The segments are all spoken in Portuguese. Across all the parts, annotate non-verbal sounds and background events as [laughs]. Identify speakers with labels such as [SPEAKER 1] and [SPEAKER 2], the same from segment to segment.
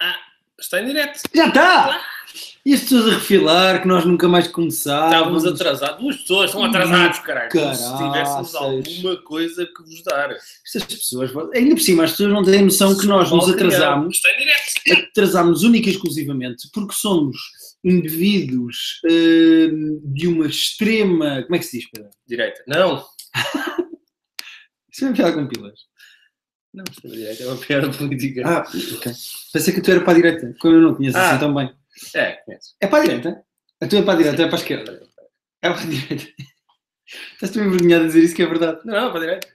[SPEAKER 1] Ah, está em direto.
[SPEAKER 2] Já está! E as pessoas a refilar que nós nunca mais começávamos.
[SPEAKER 1] Estávamos atrasados. Duas pessoas estão atrasados, caralho. Como se
[SPEAKER 2] Ah, Caraças.
[SPEAKER 1] tivéssemos alguma coisa que vos dar.
[SPEAKER 2] Estas pessoas, ainda por cima, as pessoas não têm noção que nós nos
[SPEAKER 1] Paulo Daniel,
[SPEAKER 2] atrasámos,
[SPEAKER 1] Está em direto.
[SPEAKER 2] atrasámos única e exclusivamente porque somos indivíduos hum, de uma extrema. Como é que se diz, Pedro?
[SPEAKER 1] Direita. Não.
[SPEAKER 2] Isso é uma piada com pilas.
[SPEAKER 1] Não, está direita. É uma piada política.
[SPEAKER 2] Ah, ok. Pensei que tu era para a direita, como eu não conheço
[SPEAKER 1] Ah.
[SPEAKER 2] assim tão bem.
[SPEAKER 1] É, conheço.
[SPEAKER 2] É para a direita? A tua é para a direita, é para a esquerda. É para a direita. [laughs] Estás tão envergonhado a dizer isso que é verdade.
[SPEAKER 1] Não, não, para a direita.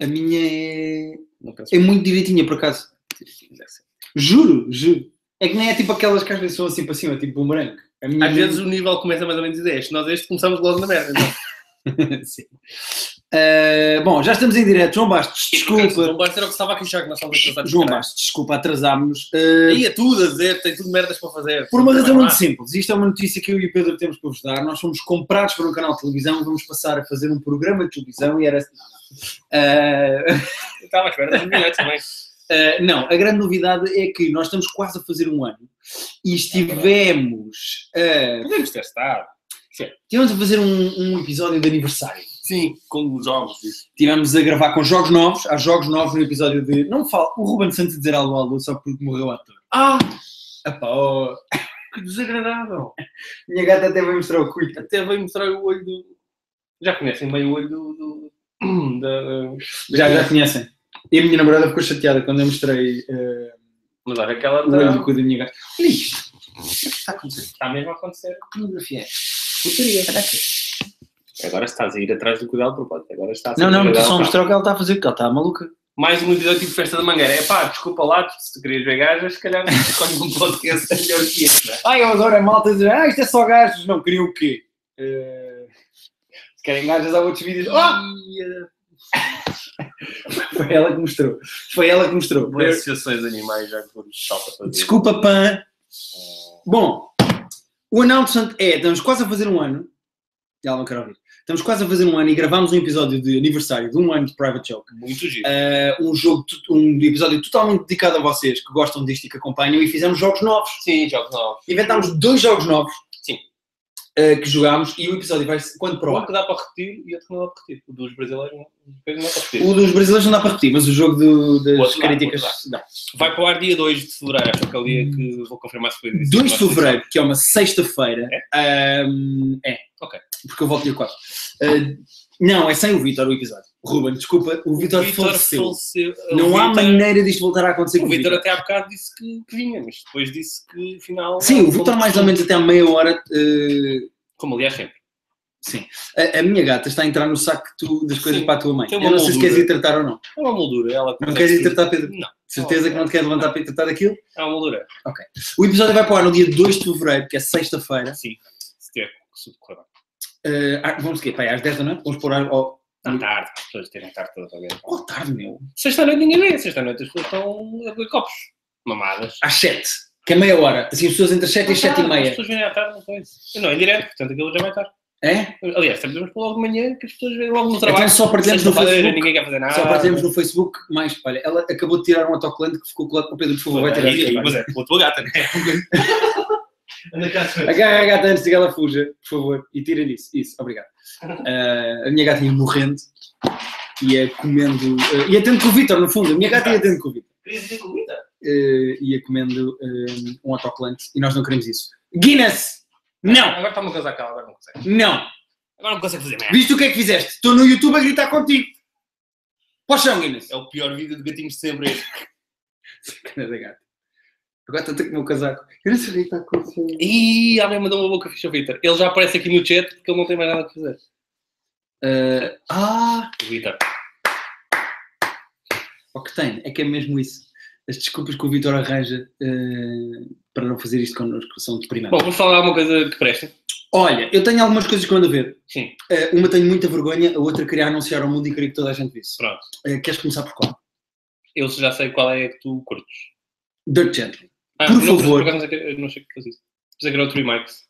[SPEAKER 2] A minha é.
[SPEAKER 1] Não penso
[SPEAKER 2] É muito direitinha, por acaso.
[SPEAKER 1] que deve ser.
[SPEAKER 2] Juro, juro. É que nem é tipo aquelas que às vezes são assim para cima, tipo bumerangue. A minha
[SPEAKER 1] Às vezes o nível começa mais ou menos a 10. Nós este começamos logo na merda. Então.
[SPEAKER 2] [laughs] Sim. Ah, bom, já estamos em direto. João Bastos, desculpa.
[SPEAKER 1] João Bastos era o que estava a queixar que nós estávamos atrasados.
[SPEAKER 2] João
[SPEAKER 1] caralho.
[SPEAKER 2] Bastos, desculpa, atrasámos. Ah,
[SPEAKER 1] Aí é tudo a dizer. Tem tudo merdas para fazer.
[SPEAKER 2] por uma
[SPEAKER 1] Vai
[SPEAKER 2] razão
[SPEAKER 1] lá.
[SPEAKER 2] muito simples. Isto é uma notícia que eu e o Pedro temos para vos dar. Nós fomos comprados por um canal de televisão, vamos passar a fazer um programa de televisão e era assim. Ah,
[SPEAKER 1] Eu Estava à espera um- dos milhões também.
[SPEAKER 2] Uh, não, a grande novidade é que nós estamos quase a fazer um ano e estivemos. uh,
[SPEAKER 1] Podemos ter estado.
[SPEAKER 2] estivemos a fazer um, um episódio de aniversário.
[SPEAKER 1] Sim, com os ovos. isso.
[SPEAKER 2] Estivemos a gravar com jogos novos. Há jogos novos no episódio de. Não me fale, o Ruben Santos a dizer alô alô só porque morreu o ator.
[SPEAKER 1] Ah,
[SPEAKER 2] Epá, oh,
[SPEAKER 1] que desagradável.
[SPEAKER 2] minha gata até vai mostrar o cu.
[SPEAKER 1] Até veio mostrar o olho do. Já conhecem bem o olho do. do- [clears throat] da-
[SPEAKER 2] Já, já conhecem. E a minha namorada ficou chateada quando eu mostrei uh,
[SPEAKER 1] Mas olha, aquela
[SPEAKER 2] o olho do
[SPEAKER 1] está,
[SPEAKER 2] cu da minha gata. Olha isto! O que é que está a acontecer?
[SPEAKER 1] está mesmo a acontecer.
[SPEAKER 2] Que pornografia é esta?
[SPEAKER 1] Putaria. Agora estás a ir atrás do cuidado de propósito. Agora estás a
[SPEAKER 2] Não, não, estou
[SPEAKER 1] cuidar
[SPEAKER 2] só a
[SPEAKER 1] do-
[SPEAKER 2] mostrar o que ela está a fazer, porque ela está maluca.
[SPEAKER 1] Mais um episódio tipo Festa da Mangueira. É pá, desculpa lá, se tu querias ver gajas, se calhar escolhe um podcast melhor que este. não é?
[SPEAKER 2] Ai, eu adoro a malta dizer, ah, isto é só gajos. Não, queriam o quê? Eh, se querem gajas, há outros vídeos. Ah!
[SPEAKER 1] E, eh,
[SPEAKER 2] [laughs] Foi ela que mostrou. Foi ela que mostrou.
[SPEAKER 1] boas Associações de animais já que vamos só para fazer.
[SPEAKER 2] Desculpa, Pan. Bom, o announcement é, estamos quase a fazer um ano. Já não quero ouvir. Estamos quase a fazer um ano e gravámos um episódio de aniversário de um ano de Private Joke.
[SPEAKER 1] Muito giro.
[SPEAKER 2] Eh, um jogo, tu- um episódio totalmente dedicado a vocês que gostam disto e que acompanham e fizemos jogos novos.
[SPEAKER 1] Sim, jogos novos.
[SPEAKER 2] Inventámos dois jogos novos.
[SPEAKER 1] Sim.
[SPEAKER 2] eh, que jogámos e o episódio vai se- quando para o ar?
[SPEAKER 1] Um que dá para repetir e outro que não dá para repetir. O dos brasileiros não, depois não dá para repetir.
[SPEAKER 2] O dos brasileiros não dá para repetir, mas o jogo do- das
[SPEAKER 1] Outro lado,
[SPEAKER 2] críticas. dá.
[SPEAKER 1] Vai para o ar dia 2 de fevereiro, acho que é o dia que vou confirmar se foi dia
[SPEAKER 2] 2 de fevereiro, que é uma sexta-feira. ahm, É.
[SPEAKER 1] Ok.
[SPEAKER 2] Porque eu volto dia 4. não, é sem o Vitor o episódio. Ruben, desculpa, o Vitor faleceu. Não há maneira disto voltar a acontecer com
[SPEAKER 1] O
[SPEAKER 2] o
[SPEAKER 1] Vitor
[SPEAKER 2] Vitor.
[SPEAKER 1] até há bocado disse que, que vinha, mas depois disse que afinal.
[SPEAKER 2] Sim, o
[SPEAKER 1] como
[SPEAKER 2] Vitor mais ou
[SPEAKER 1] costume-
[SPEAKER 2] menos até à meia hora. eh,
[SPEAKER 1] Como aliás sempre.
[SPEAKER 2] sim. A, a minha gata está a entrar no saco que tu- das coisas
[SPEAKER 1] Sim,
[SPEAKER 2] para a tua mãe.
[SPEAKER 1] tem
[SPEAKER 2] Eu
[SPEAKER 1] uma
[SPEAKER 2] não sei se
[SPEAKER 1] moldura.
[SPEAKER 2] queres ir tratar ou não.
[SPEAKER 1] É uma moldura. Ela
[SPEAKER 2] Não queres ir tratar, Pedro?
[SPEAKER 1] Não,
[SPEAKER 2] Certeza que não te queres levantar para ir tratar daquilo?
[SPEAKER 1] é uma moldura.
[SPEAKER 2] O episódio vai para o ar no dia 2 de fevereiro, que é sexta-feira.
[SPEAKER 1] Sim, se tiver se correr bem.
[SPEAKER 2] Eh, ah, vamos o quê? Pai, às 10 da noite? Vamos pôr ao, ao-
[SPEAKER 1] À tarde, as pessoas terem tarde toda a ver.
[SPEAKER 2] Qual tarde, meu?
[SPEAKER 1] Sexta-noite ninguém vê, sexta-noite as pessoas estão a beber copos, mamadas.
[SPEAKER 2] Às 7, que é meia hora. Assim, as pessoas entre as 7 e as 7 e
[SPEAKER 1] As
[SPEAKER 2] meia.
[SPEAKER 1] pessoas vêm à tarde, não sei. Não, em direto, portanto aquilo já vai estar.
[SPEAKER 2] É?
[SPEAKER 1] Aliás, temos logo de manhã que as pessoas vêm logo no trabalho.
[SPEAKER 2] Então só partilhamos no
[SPEAKER 1] Sexta-feira,
[SPEAKER 2] Facebook.
[SPEAKER 1] ninguém quer fazer nada.
[SPEAKER 2] Só partilhamos no Facebook. Mais, olha, ela acabou de tirar um autocolante que ficou colado com o Pedro, por favor, vai tirar.
[SPEAKER 1] Aí,
[SPEAKER 2] aqui,
[SPEAKER 1] Mas
[SPEAKER 2] vai.
[SPEAKER 1] é, pela tua gata, [laughs] né? Anda cá, senhor.
[SPEAKER 2] Agarra a gata antes de que ela fuja, por favor, e tira disso. Isso, obrigado. Ah, a minha gata ia morrendo, ia comendo. ah, ia tendo com o Vitor, no fundo. A minha gata ia tendo com o Vitor.
[SPEAKER 1] Querias dizer comida?
[SPEAKER 2] Ah, ia comendo ah, um autocolante e nós não queremos isso. Guinness! Não!
[SPEAKER 1] Agora está-me a causar calma, agora não consegue.
[SPEAKER 2] Não!
[SPEAKER 1] Agora não consegue fazer merda.
[SPEAKER 2] Viste o que é que fizeste? Estou no YouTube a gritar contigo. Pois são, Guinness.
[SPEAKER 1] É o pior vídeo de gatinhos de sempre este.
[SPEAKER 2] [laughs] Cara da gata. Agora estou a ter com o meu casaco. Eu não sei o que está acontecendo.
[SPEAKER 1] Ih, alguém mandou uma boca ficha ao Vitor. Ele já aparece aqui no chat porque ele não tem mais nada a fazer.
[SPEAKER 2] Ah, ah,
[SPEAKER 1] O Vitor.
[SPEAKER 2] o que tem? É que é mesmo isso. As desculpas que o Vitor arranja ah, para não fazer isto connosco são
[SPEAKER 1] Bom,
[SPEAKER 2] deprimentes.
[SPEAKER 1] vamos falar alguma coisa que presta.
[SPEAKER 2] Olha, eu tenho algumas coisas que eu ando a ver.
[SPEAKER 1] Sim.
[SPEAKER 2] Ah, uma tenho muita vergonha, a outra queria anunciar ao mundo e queria que toda a gente visse.
[SPEAKER 1] Pronto.
[SPEAKER 2] Ah, queres começar por qual?
[SPEAKER 1] Eu já sei qual é que tu curtes.
[SPEAKER 2] Dirt Gently.
[SPEAKER 1] Ah,
[SPEAKER 2] Por
[SPEAKER 1] não,
[SPEAKER 2] favor.
[SPEAKER 1] é Por acaso não sei que- não sei o que faz isso. Pensei que era o Three Mics.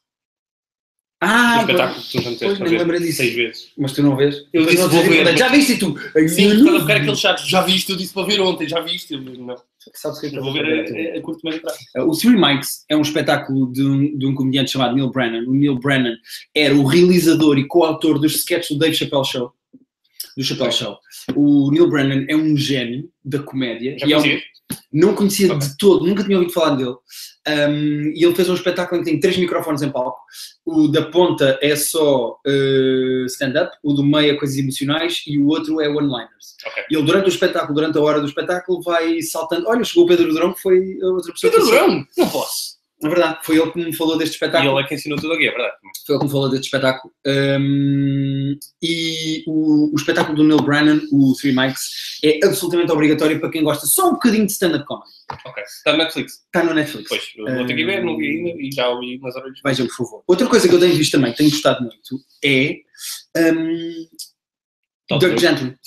[SPEAKER 2] Ah,
[SPEAKER 1] o Um espetáculo que tu já me
[SPEAKER 2] Pois,
[SPEAKER 1] tens
[SPEAKER 2] nem lembrei disso.
[SPEAKER 1] seis vezes.
[SPEAKER 2] mas tu não vês?
[SPEAKER 1] Eu
[SPEAKER 2] Tu
[SPEAKER 1] disse,
[SPEAKER 2] não
[SPEAKER 1] vou
[SPEAKER 2] dizes,
[SPEAKER 1] ver.
[SPEAKER 2] Já viste e tu?
[SPEAKER 1] Sim, estás a ficar aquele chato. Já viste? Eu disse para ver ontem. Já viste? Eu digo, não.
[SPEAKER 2] Sabes o que é que
[SPEAKER 1] Eu vou ver eh, a, a, a curto médio prazo.
[SPEAKER 2] O Three Mikes é um espetáculo de um, de um comediante chamado Neil Brennan. O Neil Brennan era o realizador e coautor dos sketches do Dave Chappelle Show. Do Chappelle Show. O Neil Brennan é um gênio da comédia.
[SPEAKER 1] Já
[SPEAKER 2] e é um-
[SPEAKER 1] conhecia?
[SPEAKER 2] não conhecia
[SPEAKER 1] Ok.
[SPEAKER 2] de todo, nunca tinha ouvido falar dele. Um, e ele fez um espetáculo em que tem três microfones em palco. O da ponta é só eh, stand-up, o do meio é coisas emocionais e o outro é one-liners.
[SPEAKER 1] Ok.
[SPEAKER 2] E ele, durante o espetáculo, durante a hora do espetáculo, vai saltando. Olha, chegou o Pedro Durão, que foi a outra pessoa.
[SPEAKER 1] Pedro
[SPEAKER 2] que eu sei.
[SPEAKER 1] Durão? Não posso.
[SPEAKER 2] É verdade, foi ele que me falou deste
[SPEAKER 1] E
[SPEAKER 2] espetáculo.
[SPEAKER 1] ele é que ensinou tudo aqui, é verdade.
[SPEAKER 2] Foi ele que me falou deste espetáculo. Um, e o, o espetáculo do Neil Brennan, o Three Mics, é absolutamente obrigatório para quem gosta só um bocadinho de stand-up comedy.
[SPEAKER 1] Ok. Está no Netflix.
[SPEAKER 2] Está no Netflix.
[SPEAKER 1] Pois, eu vou ter que ver, não vi ainda e já ouvi umas horas.
[SPEAKER 2] Vejam, por favor. Outra coisa que eu tenho visto também, que tenho gostado muito, é um,
[SPEAKER 1] Top
[SPEAKER 2] Dirk
[SPEAKER 1] Gun,
[SPEAKER 2] Gently.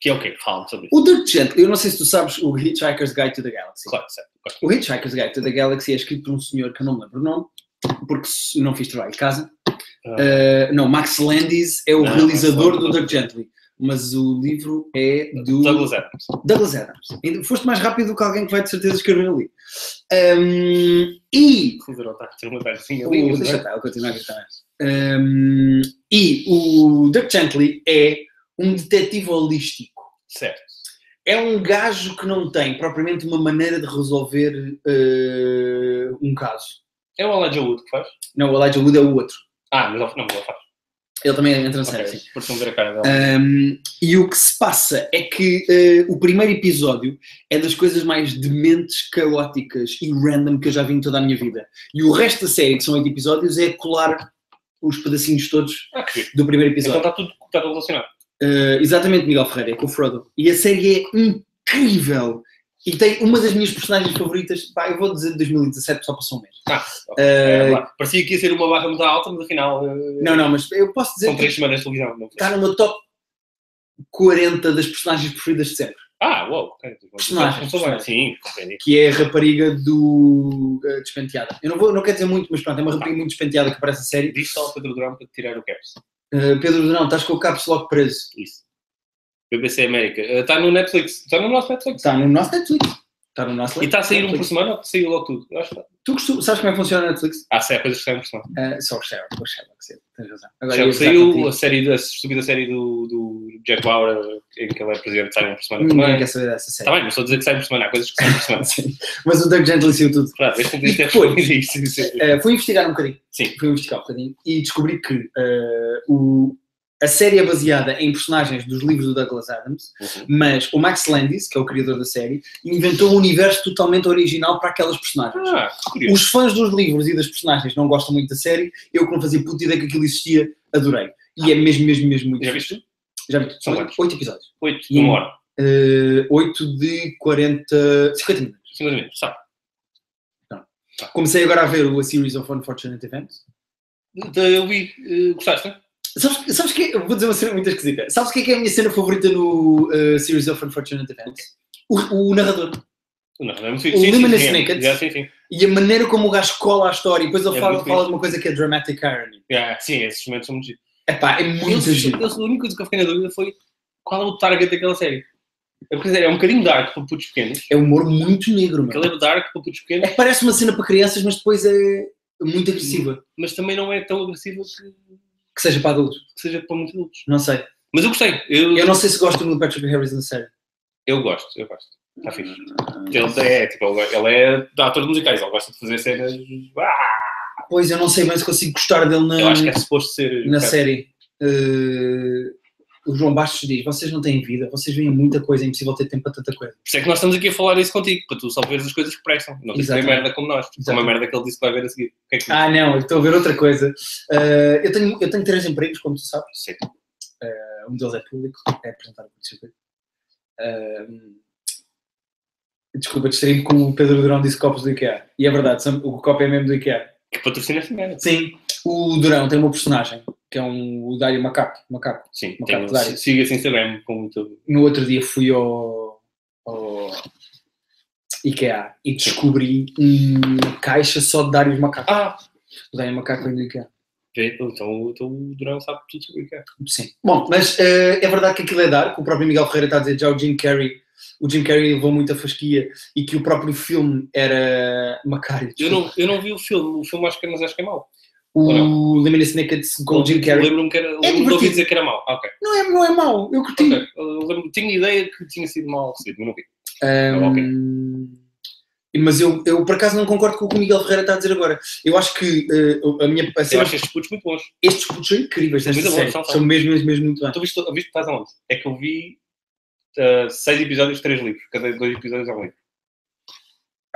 [SPEAKER 1] Que é o quê? Fala-me sobre isso.
[SPEAKER 2] O Dirk Gently, eu não sei se tu sabes o Hitchhiker's Guide to the Galaxy.
[SPEAKER 1] Claro, certo. Ok.
[SPEAKER 2] O Hitchhiker's Guide to the Galaxy é escrito por um senhor que eu não me lembro o nome, porque se- não fiz trabalho de casa.
[SPEAKER 1] Ah.
[SPEAKER 2] Uh, não, Max Landis é o
[SPEAKER 1] Não,
[SPEAKER 2] realizador
[SPEAKER 1] Max
[SPEAKER 2] do
[SPEAKER 1] Landis.
[SPEAKER 2] Dirk Gently. Mas o livro é do
[SPEAKER 1] Douglas Adams.
[SPEAKER 2] Douglas Adams. Ainda Foste mais rápido do que alguém que vai de certeza escrever ali. Um, e
[SPEAKER 1] O Durão está a ter uma tardezinha ali.
[SPEAKER 2] O,
[SPEAKER 1] mas
[SPEAKER 2] deixa
[SPEAKER 1] não é?
[SPEAKER 2] estar, eu continuo a gritar. Um, e o Dirk Gently é um detetive holístico.
[SPEAKER 1] Certo.
[SPEAKER 2] É um gajo que não tem propriamente uma maneira de resolver eh, um caso.
[SPEAKER 1] É o Elijah Wood que faz?
[SPEAKER 2] Não, o Elijah Wood é o outro.
[SPEAKER 1] Ah, mas ele- não, mas ele faz.
[SPEAKER 2] Ele também entra na série.
[SPEAKER 1] Ok,
[SPEAKER 2] sim.
[SPEAKER 1] por não ver a cara dela.
[SPEAKER 2] Um, e o que se passa é que eh, o primeiro episódio é das coisas mais dementes, caóticas e random que eu já vi em toda a minha vida. E o resto da série, que são oito episódios, é colar os pedacinhos todos
[SPEAKER 1] Ah, que giro.
[SPEAKER 2] do primeiro
[SPEAKER 1] Então
[SPEAKER 2] episódio.
[SPEAKER 1] está tudo, está tudo relacionado.
[SPEAKER 2] Uh, exatamente, Miguel Ferreira, é com o Frodo. E a série é incrível. E tem uma das minhas personagens favoritas. Pá, eu vou dizer de 2017, só passou um mês.
[SPEAKER 1] Ah, ok. É,
[SPEAKER 2] Uh,
[SPEAKER 1] lá. Parecia que ia ser uma barra muito alta, mas afinal eh,
[SPEAKER 2] não, não, mas eu posso dizer
[SPEAKER 1] são
[SPEAKER 2] que
[SPEAKER 1] três semanas de televisão. não é?
[SPEAKER 2] está numa Tá top 40 das personagens preferidas de sempre.
[SPEAKER 1] Ah, uau! ok.
[SPEAKER 2] Personagens,
[SPEAKER 1] Começou bem.
[SPEAKER 2] personagens.
[SPEAKER 1] Sim, compreendi.
[SPEAKER 2] Que é a rapariga do uh, Despenteada. Eu não, vou, não quero dizer muito, mas pronto, é uma rapariga muito despenteada que aparece na série.
[SPEAKER 1] Diz só ao Pedro Durão para tirar o caps.
[SPEAKER 2] Uh, Pedro Durão, estás com o caps logo preso.
[SPEAKER 1] Isso. BBC América. Eh, Está no Netflix. Está no nosso Netflix.
[SPEAKER 2] Está Tá no nosso Netflix. Está no nosso
[SPEAKER 1] E está a sair um por
[SPEAKER 2] Netflix.
[SPEAKER 1] semana ou saiu logo tudo? Eu acho que está.
[SPEAKER 2] Tu costu- sabes como é que funciona o Netflix?
[SPEAKER 1] Ah, sim, há coisas que saem por semana.
[SPEAKER 2] Uh, só o Sherlock, o Sherlock, sim, tens razão. Agora
[SPEAKER 1] Já
[SPEAKER 2] ia
[SPEAKER 1] que
[SPEAKER 2] gozar
[SPEAKER 1] saiu
[SPEAKER 2] contigo.
[SPEAKER 1] a série, a estúpida série do, do Jack Bauer, em que ele é presidente, sai uma por semana Tá
[SPEAKER 2] Ninguém
[SPEAKER 1] também.
[SPEAKER 2] quer saber dessa série.
[SPEAKER 1] Está bem, mas estou a dizer que sai por semana, há coisas que saem por
[SPEAKER 2] [laughs]
[SPEAKER 1] semana.
[SPEAKER 2] Sim. Mas o Doug Gently saiu tudo.
[SPEAKER 1] Claro, este não podia ter
[SPEAKER 2] Pois.
[SPEAKER 1] respondido isto. isto-
[SPEAKER 2] Eh, fui investigar um bocadinho.
[SPEAKER 1] Sim.
[SPEAKER 2] Fui investigar um bocadinho e descobri que eh, o- a série é baseada em personagens dos livros do Douglas Adams,
[SPEAKER 1] isto-
[SPEAKER 2] mas o Max Landis, que é o criador da série, inventou um universo totalmente original para aquelas personagens.
[SPEAKER 1] Ah, que curioso.
[SPEAKER 2] Os fãs dos livros e das personagens não gostam muito da série, eu que não fazia puta ideia que aquilo existia, adorei. E é mesmo, mesmo, mesmo muito.
[SPEAKER 1] Já
[SPEAKER 2] fixe.
[SPEAKER 1] viste?
[SPEAKER 2] Já vi.
[SPEAKER 1] São
[SPEAKER 2] Oito,
[SPEAKER 1] quantos?
[SPEAKER 2] oito episódios.
[SPEAKER 1] Oito, uma hora.
[SPEAKER 2] 8 de 40. 50 minutos.
[SPEAKER 1] 50 minutos, sabe? Tá.
[SPEAKER 2] Comecei agora a ver o A Series of Unfortunate Events.
[SPEAKER 1] Então, Eu vi, eh, gostaste, não é?
[SPEAKER 2] Sabes, sabes que eu vou dizer uma cena muito esquisita. Sabes o que é, que é a minha cena favorita no uh, Series of Unfortunate Events? O, o narrador.
[SPEAKER 1] Não, não é muito
[SPEAKER 2] O
[SPEAKER 1] sim, sim,
[SPEAKER 2] Lemony
[SPEAKER 1] sim, é.
[SPEAKER 2] Snicket.
[SPEAKER 1] Já, Sim, sim.
[SPEAKER 2] E a maneira como o gajo cola a história e depois ele
[SPEAKER 1] É
[SPEAKER 2] fala,
[SPEAKER 1] muito
[SPEAKER 2] fala
[SPEAKER 1] fixe.
[SPEAKER 2] de uma coisa que é dramatic irony.
[SPEAKER 1] Já, sim, esses momentos são muito giros.
[SPEAKER 2] Epá, é muito
[SPEAKER 1] Eu-
[SPEAKER 2] giro.
[SPEAKER 1] eu- A única coisa que eu fiquei na dúvida foi qual é o target daquela série. É porque é um bocadinho dark para putos pequenos.
[SPEAKER 2] É humor muito negro, mano.
[SPEAKER 1] Aquele é dark para putos
[SPEAKER 2] É
[SPEAKER 1] pequenos,
[SPEAKER 2] que parece uma cena para crianças, mas depois é muito agressiva.
[SPEAKER 1] mas também não é tão agressivo que
[SPEAKER 2] Que seja para adultos.
[SPEAKER 1] que seja para muito adultos.
[SPEAKER 2] Não sei.
[SPEAKER 1] Mas eu gostei. Eu,
[SPEAKER 2] Eu não sei se gosto do Patrick Harris na série.
[SPEAKER 1] eu gosto, eu gosto. Está fixe. Ele é, tipo, ele ele é de ator de musicais, ele gosta de fazer cenas. Ah,
[SPEAKER 2] Pois eu não sei bem se consigo gostar dele na.
[SPEAKER 1] eu acho que é suposto ser.
[SPEAKER 2] na série. eh, o João Bastos diz: vocês não têm vida, vocês veem muita coisa, é impossível ter tempo para tanta coisa.
[SPEAKER 1] Por isso é que nós estamos aqui a falar isso contigo, para tu só veres as coisas que prestam. Não tens uma
[SPEAKER 2] Exatamente.
[SPEAKER 1] merda como nós, como a
[SPEAKER 2] Exatamente.
[SPEAKER 1] merda que ele disse que vai ver a seguir. O que é que
[SPEAKER 2] Ah, não, eu estou a ver outra coisa. Eh, eu, tenho, eu tenho três empregos, como tu sabes.
[SPEAKER 1] Sim.
[SPEAKER 2] Eh, um deles é público, é apresentar o município. Ah, desculpa, distraí-me como o Pedro Durão disse copos do IKEA. E é verdade, são- o copo é mesmo do IKEA.
[SPEAKER 1] que né? patrocina esta merda?
[SPEAKER 2] Sim, o Durão tem uma personagem, que é um, o Dário Macaco, Macaco.
[SPEAKER 1] Sim,
[SPEAKER 2] Uma
[SPEAKER 1] tenho-
[SPEAKER 2] carta de área.
[SPEAKER 1] siga-se Instagram com muito.
[SPEAKER 2] no outro dia fui ao, ao IKEA e descobri uma caixa só de Dários Macaco.
[SPEAKER 1] Ah,
[SPEAKER 2] O Dário Macaco vem do IKEA.
[SPEAKER 1] Vê, então, então o Durão sabe tudo sobre o que é.
[SPEAKER 2] Sim. Bom, mas eh, é verdade que aquilo é dar, que o próprio Miguel Ferreira está a dizer já o Jim Carrey. O Jim Carrey levou muita fasquia e que o próprio filme era Macário.
[SPEAKER 1] Eu não, eu não vi o filme, o filme acho que, mas acho que é mau.
[SPEAKER 2] O Lemonade Naked com o Jim Carrey.
[SPEAKER 1] Lembro-me que era, lembro-me de ouvir
[SPEAKER 2] divertido.
[SPEAKER 1] dizer que era mau. Ah, ok.
[SPEAKER 2] Não é, não é mau, eu curti.
[SPEAKER 1] ok. Eu lembro, tinha ideia que tinha sido mal recebido, mas não vi.
[SPEAKER 2] Ahm, Mas eu, eu, por acaso, não concordo com o que o Miguel Ferreira está a dizer agora. Eu acho que eh, a minha. A
[SPEAKER 1] Eu
[SPEAKER 2] cena-
[SPEAKER 1] acho estes putos muito bons.
[SPEAKER 2] estes putos são incríveis, desta
[SPEAKER 1] Muito bom,
[SPEAKER 2] série.
[SPEAKER 1] são, são.
[SPEAKER 2] São mesmo, mesmo, mesmo muito bem.
[SPEAKER 1] Tu viste, viste estás aonde? É que eu vi ah, seis episódios, três livros. Cada dois episódios é um livro.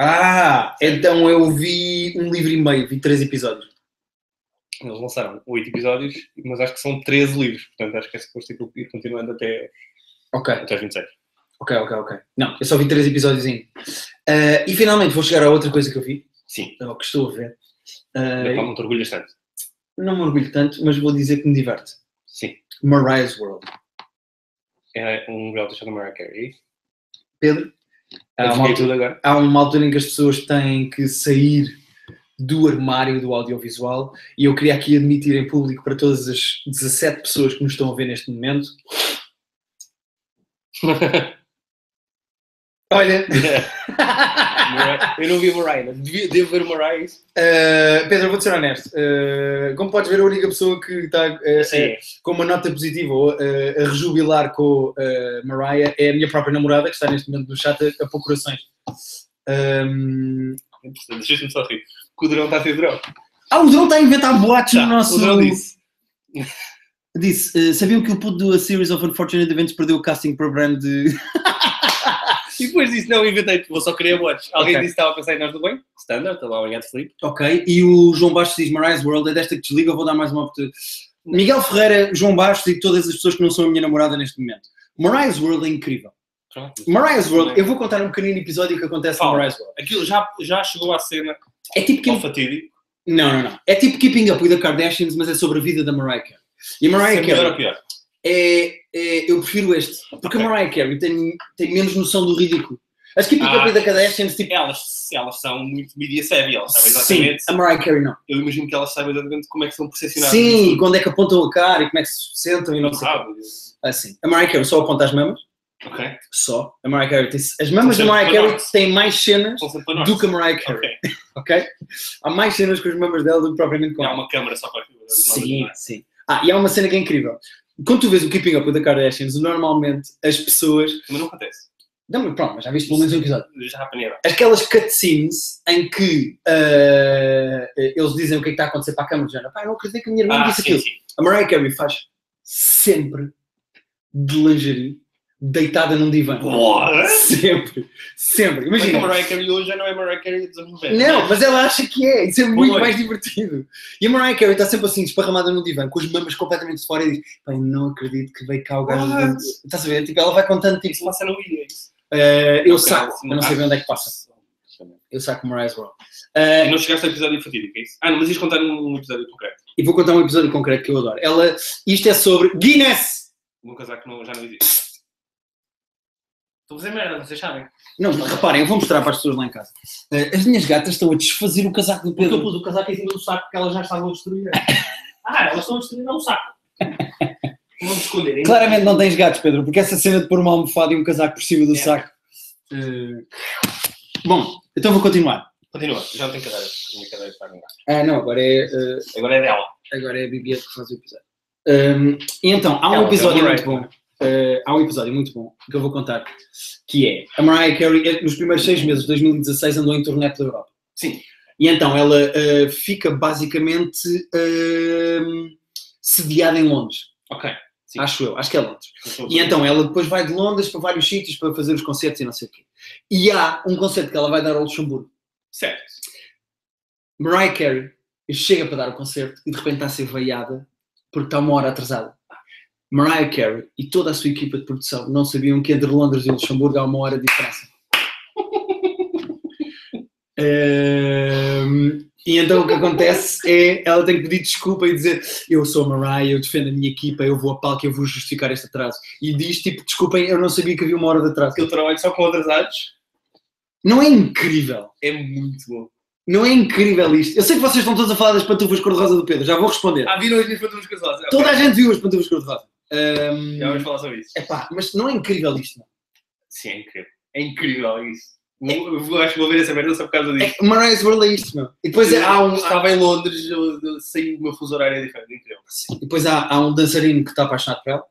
[SPEAKER 2] Ah, então eu vi um livro e meio, vi três episódios.
[SPEAKER 1] Eles lançaram oito episódios, mas acho que são 13 livros. Portanto, acho que é suposto aquilo ir continuando até,
[SPEAKER 2] Ok.
[SPEAKER 1] até aos 26.
[SPEAKER 2] Ok, ok, ok. Não, eu só vi três episódios ainda. Ah, e finalmente vou chegar a outra coisa que eu vi,
[SPEAKER 1] Sim. um
[SPEAKER 2] ou que estou a ver.
[SPEAKER 1] Da
[SPEAKER 2] Ah,
[SPEAKER 1] qual não te orgulhas tanto.
[SPEAKER 2] não me orgulho tanto, mas vou dizer que me diverte.
[SPEAKER 1] Sim.
[SPEAKER 2] Mariah's World.
[SPEAKER 1] É um grau da Mariah Carey.
[SPEAKER 2] Pedro, há
[SPEAKER 1] Eu
[SPEAKER 2] uma,
[SPEAKER 1] fiquei
[SPEAKER 2] altura,
[SPEAKER 1] tudo agora.
[SPEAKER 2] há uma altura em que as pessoas têm que sair do armário do audiovisual e eu queria aqui admitir em público para todas as 17 pessoas que nos estão a ver neste momento. Olha,
[SPEAKER 1] Mariah- eu não vi a Mariah. Devia, devo ver a Mariah.
[SPEAKER 2] É
[SPEAKER 1] isso?
[SPEAKER 2] ah, Pedro, vou-te ser honesto. Ah, como podes ver, a única pessoa que está ah,
[SPEAKER 1] Sim. é.
[SPEAKER 2] com uma nota positiva ou eh, a rejubilar com eh, Mariah é a minha própria namorada que está neste momento no chat a, a pôr corações. Um, Ahm,
[SPEAKER 1] Deixa-me só rir. Que o Durão está a ser Durão.
[SPEAKER 2] Ah, o Drão está a inventar boatos no nosso.
[SPEAKER 1] O Durão disse.
[SPEAKER 2] Disse, eh, sabiam que o puto do A Series of Unfortunate Events perdeu o casting para o brand de.
[SPEAKER 1] E depois disse, não, inventei vou só criar bots. Alguém
[SPEAKER 2] Ok.
[SPEAKER 1] disse que estava a pensar em nós do bem? Standard, está lá, obrigado, Felipe.
[SPEAKER 2] [laughs] Ok, e o João Bastos diz Mariah's World, é desta que desliga, eu vou dar mais uma oportunidade. Miguel Ferreira, João Bastos e todas as pessoas que não são a minha namorada neste momento. Mariah's World é incrível.
[SPEAKER 1] Pronto.
[SPEAKER 2] Mariah's World, eu vou contar um pequenino episódio que acontece no
[SPEAKER 1] Fala.
[SPEAKER 2] Mariah's World.
[SPEAKER 1] Aquilo já, já chegou à cena,
[SPEAKER 2] É tipo
[SPEAKER 1] que
[SPEAKER 2] que
[SPEAKER 1] é fatídico.
[SPEAKER 2] Não, não, não. É tipo Keeping Up with the Kardashians, mas é sobre a vida da Mariah Carey. E a Mariah
[SPEAKER 1] Se é melhor ou
[SPEAKER 2] Carey
[SPEAKER 1] pior?
[SPEAKER 2] é, é- Eu prefiro este. Porque a Mariah Carey tem, tem menos noção do ridículo. As Keeping
[SPEAKER 1] Ah.
[SPEAKER 2] Up with the Kardashians, tipo.
[SPEAKER 1] Elas, elas são muito media savvy, elas sabem
[SPEAKER 2] Sim,
[SPEAKER 1] exatamente.
[SPEAKER 2] a Mariah Carey não.
[SPEAKER 1] Eu imagino que elas sabem exatamente como é que são percepcionadas.
[SPEAKER 2] Sim, e quando é que apontam a cara e como é que se sentam e
[SPEAKER 1] não
[SPEAKER 2] não sei. o quê.
[SPEAKER 1] sabem.
[SPEAKER 2] Assim. A Mariah Carey só aponta as mamas.
[SPEAKER 1] Ok?
[SPEAKER 2] Só. A Mariah Carey tem. As mamas da
[SPEAKER 1] São
[SPEAKER 2] Mariah
[SPEAKER 1] sempre
[SPEAKER 2] Carey têm mais cenas
[SPEAKER 1] São sempre para nós.
[SPEAKER 2] do que a Mariah Carey.
[SPEAKER 1] Ok.
[SPEAKER 2] Ok? Há mais cenas com as mamas dela do que propriamente com
[SPEAKER 1] Há
[SPEAKER 2] ela.
[SPEAKER 1] uma câmara só para...
[SPEAKER 2] Sim, sim. Ah, e há uma cena que é incrível. Quando tu vês o Keeping Up with the Kardashians, normalmente as pessoas.
[SPEAKER 1] Mas não acontece.
[SPEAKER 2] Não, mas pronto, mas já viste pelo menos um episódio.
[SPEAKER 1] Já apanharam.
[SPEAKER 2] Aquelas cutscenes em que ah, eles dizem o que é que está a acontecer para a câmera, já pai, não acredito que a minha irmã
[SPEAKER 1] Ah,
[SPEAKER 2] disse
[SPEAKER 1] sim,
[SPEAKER 2] aquilo.
[SPEAKER 1] sim.
[SPEAKER 2] A Mariah Carey faz sempre de lingerie, deitada num divã.
[SPEAKER 1] Boa!
[SPEAKER 2] Sempre, sempre.
[SPEAKER 1] Mas a
[SPEAKER 2] Imagina.
[SPEAKER 1] Mariah Carey hoje já não é Mariah Carey dos anos 90.
[SPEAKER 2] Não, mas ela acha que é, isso é muito
[SPEAKER 1] Pois.
[SPEAKER 2] mais divertido. E a Mariah Carey está sempre assim, esparramada no divã, com as mamas completamente de fora e diz: Bem, não acredito que veio cá o gajo.
[SPEAKER 1] What?
[SPEAKER 2] do- Estás a ver? Tipo, ela vai contando,
[SPEAKER 1] Isso
[SPEAKER 2] tipo,
[SPEAKER 1] passa no Wii, é isso.
[SPEAKER 2] eh, eu
[SPEAKER 1] Ok,
[SPEAKER 2] saco,
[SPEAKER 1] sim,
[SPEAKER 2] eu não sei bem onde é que passa. Eu saco Mariah World. Eh,
[SPEAKER 1] E não chegaste ao episódio fatídico, é isso? Ah, não, mas ias contar num num episódio concreto.
[SPEAKER 2] e vou contar um episódio concreto que eu adoro. Ela, isto é sobre Guinness!
[SPEAKER 1] Num casaco não, já não existe. Estou a fazer merda, vocês sabem.
[SPEAKER 2] Não, reparem, eu vou mostrar para as pessoas lá em casa. Eh, as minhas gatas estão a desfazer o casaco do
[SPEAKER 1] Porque eu
[SPEAKER 2] Pedro.
[SPEAKER 1] pus o casaco em cima do saco porque elas já estavam a destruir. [laughs] Ah, elas estão a destruir o [laughs] saco. Vamos esconder. hein?
[SPEAKER 2] Claramente não tens gatos, Pedro, porque essa cena de pôr uma almofada e um casaco por cima do
[SPEAKER 1] É.
[SPEAKER 2] saco. eh, Bom, então vou continuar.
[SPEAKER 1] Continua, já não tem cadeira. A minha cadeira está a vingar.
[SPEAKER 2] Ah, não, agora é, eh,
[SPEAKER 1] Agora é dela.
[SPEAKER 2] agora é a Bibi que faz o episódio. Ahm, e então, há um
[SPEAKER 1] Ela é
[SPEAKER 2] episódio
[SPEAKER 1] uma
[SPEAKER 2] muito bom. eh, há um episódio muito bom que eu vou contar, que é a Mariah Carey, eh, nos primeiros seis meses de 2016, andou em turnê pela Europa.
[SPEAKER 1] Sim.
[SPEAKER 2] E então ela eh, fica basicamente ahm, sediada em Londres,
[SPEAKER 1] Ok. Sim.
[SPEAKER 2] acho eu, acho que é Londres. E então ela depois vai de Londres para vários sítios para fazer os concertos e não sei o quê. E há um concerto que ela vai dar ao Luxemburgo.
[SPEAKER 1] Certo.
[SPEAKER 2] Mariah Carey chega para dar o concerto e de repente está a ser veiada porque está uma hora atrasada. Mariah Carey e toda a sua equipa de produção não sabiam que entre Londres e Luxemburgo há uma hora de diferença. Ehm, e então o que acontece é ela tem que pedir desculpa e dizer eu sou a Mariah, eu defendo a minha equipa, eu vou a palco, eu vou justificar este atraso. E diz tipo, desculpem, eu não sabia que havia uma hora de atraso.
[SPEAKER 1] Eu trabalho só com atrasados.
[SPEAKER 2] Não é incrível?
[SPEAKER 1] É muito bom.
[SPEAKER 2] Não é incrível isto? Eu sei que vocês estão todos a falar das pantufas cor-de-rosa do Pedro, já vou responder.
[SPEAKER 1] Ah, viram as minhas pantumas casosas? Ok,
[SPEAKER 2] Toda a gente viu as pantufas cor-de-rosa. Ahm,
[SPEAKER 1] Já vamos falar sobre isso.
[SPEAKER 2] epá, mas não é incrível isto, não.
[SPEAKER 1] Sim, é incrível. É incrível isso. Eu, eu acho que vou ver essa merda só por causa disso. Ah.
[SPEAKER 2] É, mas não é esse World é isto, não. E depois, é, há
[SPEAKER 1] Eu
[SPEAKER 2] um, há-
[SPEAKER 1] Estava em Londres, eu, eu saí de uma fuso horária diferente. Incrível.
[SPEAKER 2] e depois há, há um dançarino que está apaixonado por ela,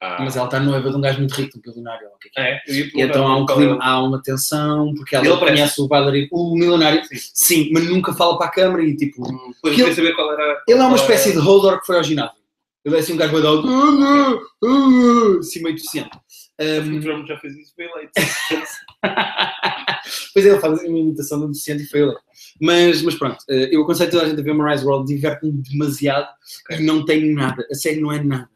[SPEAKER 1] Ah,
[SPEAKER 2] mas ela está noiva de um gajo muito rico, de um bilionário. ou o que é que é.
[SPEAKER 1] é, eu ia
[SPEAKER 2] E então há um
[SPEAKER 1] perguntar
[SPEAKER 2] clima, há uma tensão, porque ela
[SPEAKER 1] Ele aparece.
[SPEAKER 2] conhece o bailarino, o milionário,
[SPEAKER 1] Sim.
[SPEAKER 2] sim, mas nunca fala para a câmara e tipo,
[SPEAKER 1] qual é o- Depois
[SPEAKER 2] Que
[SPEAKER 1] eu
[SPEAKER 2] ele-
[SPEAKER 1] queria saber qual era.
[SPEAKER 2] Ele é uma
[SPEAKER 1] qual era-
[SPEAKER 2] espécie de Hodor que foi ao ginásio. Ele é assim um gajo bué de alto, "Ah, ah, ah", assim meio deficiente.
[SPEAKER 1] Acho que o
[SPEAKER 2] Ahm,
[SPEAKER 1] Trump já fez isso bem eleito.
[SPEAKER 2] [laughs] pois é, ele faz uma imitação de um deficiente e foi ele. Mas, mas pronto, eh, eu aconselho toda a gente a ver Mariah World, diverte-me demasiado e não tenho nada, a sério não é nada.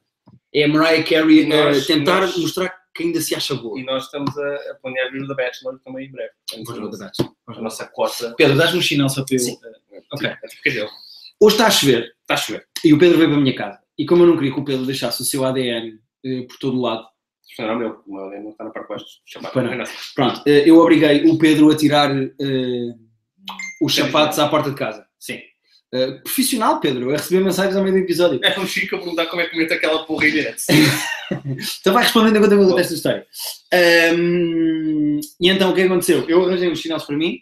[SPEAKER 2] É a Mariah Carey eh,
[SPEAKER 1] Nós-
[SPEAKER 2] tentar
[SPEAKER 1] nós-
[SPEAKER 2] mostrar que ainda se acha boa.
[SPEAKER 1] E nós estamos a, a planear vir o The Bachelor também em breve.
[SPEAKER 2] Pois não, verdade.
[SPEAKER 1] a nossa cota. eh,
[SPEAKER 2] Pedro, dás-me um sinal só para eu.
[SPEAKER 1] Sim.
[SPEAKER 2] Ok.
[SPEAKER 1] Quer dizer,
[SPEAKER 2] Hoje está a chover,
[SPEAKER 1] está é Tá a chover.
[SPEAKER 2] E o Pedro veio para a minha casa. E como eu não queria que o Pedro deixasse o seu ADN eh, por todo o lado,
[SPEAKER 1] Isto não é o meu, o meu não está na parte de baixo. Chamar.
[SPEAKER 2] Pois
[SPEAKER 1] [laughs]
[SPEAKER 2] não.
[SPEAKER 1] Não é nosso.
[SPEAKER 2] pronto, eh, eu obriguei o Pedro a tirar eh, os sapatos à porta de casa.
[SPEAKER 1] Sim.
[SPEAKER 2] Eh, profissional, Pedro, a receber mensagens ao meio do episódio.
[SPEAKER 1] É um Chico a perguntar como é que comenta aquela porra em direto.
[SPEAKER 2] Então vai respondendo enquanto eu conto esta história. Ahm, e então o que aconteceu? Eu arranjei uns chinelos para mim.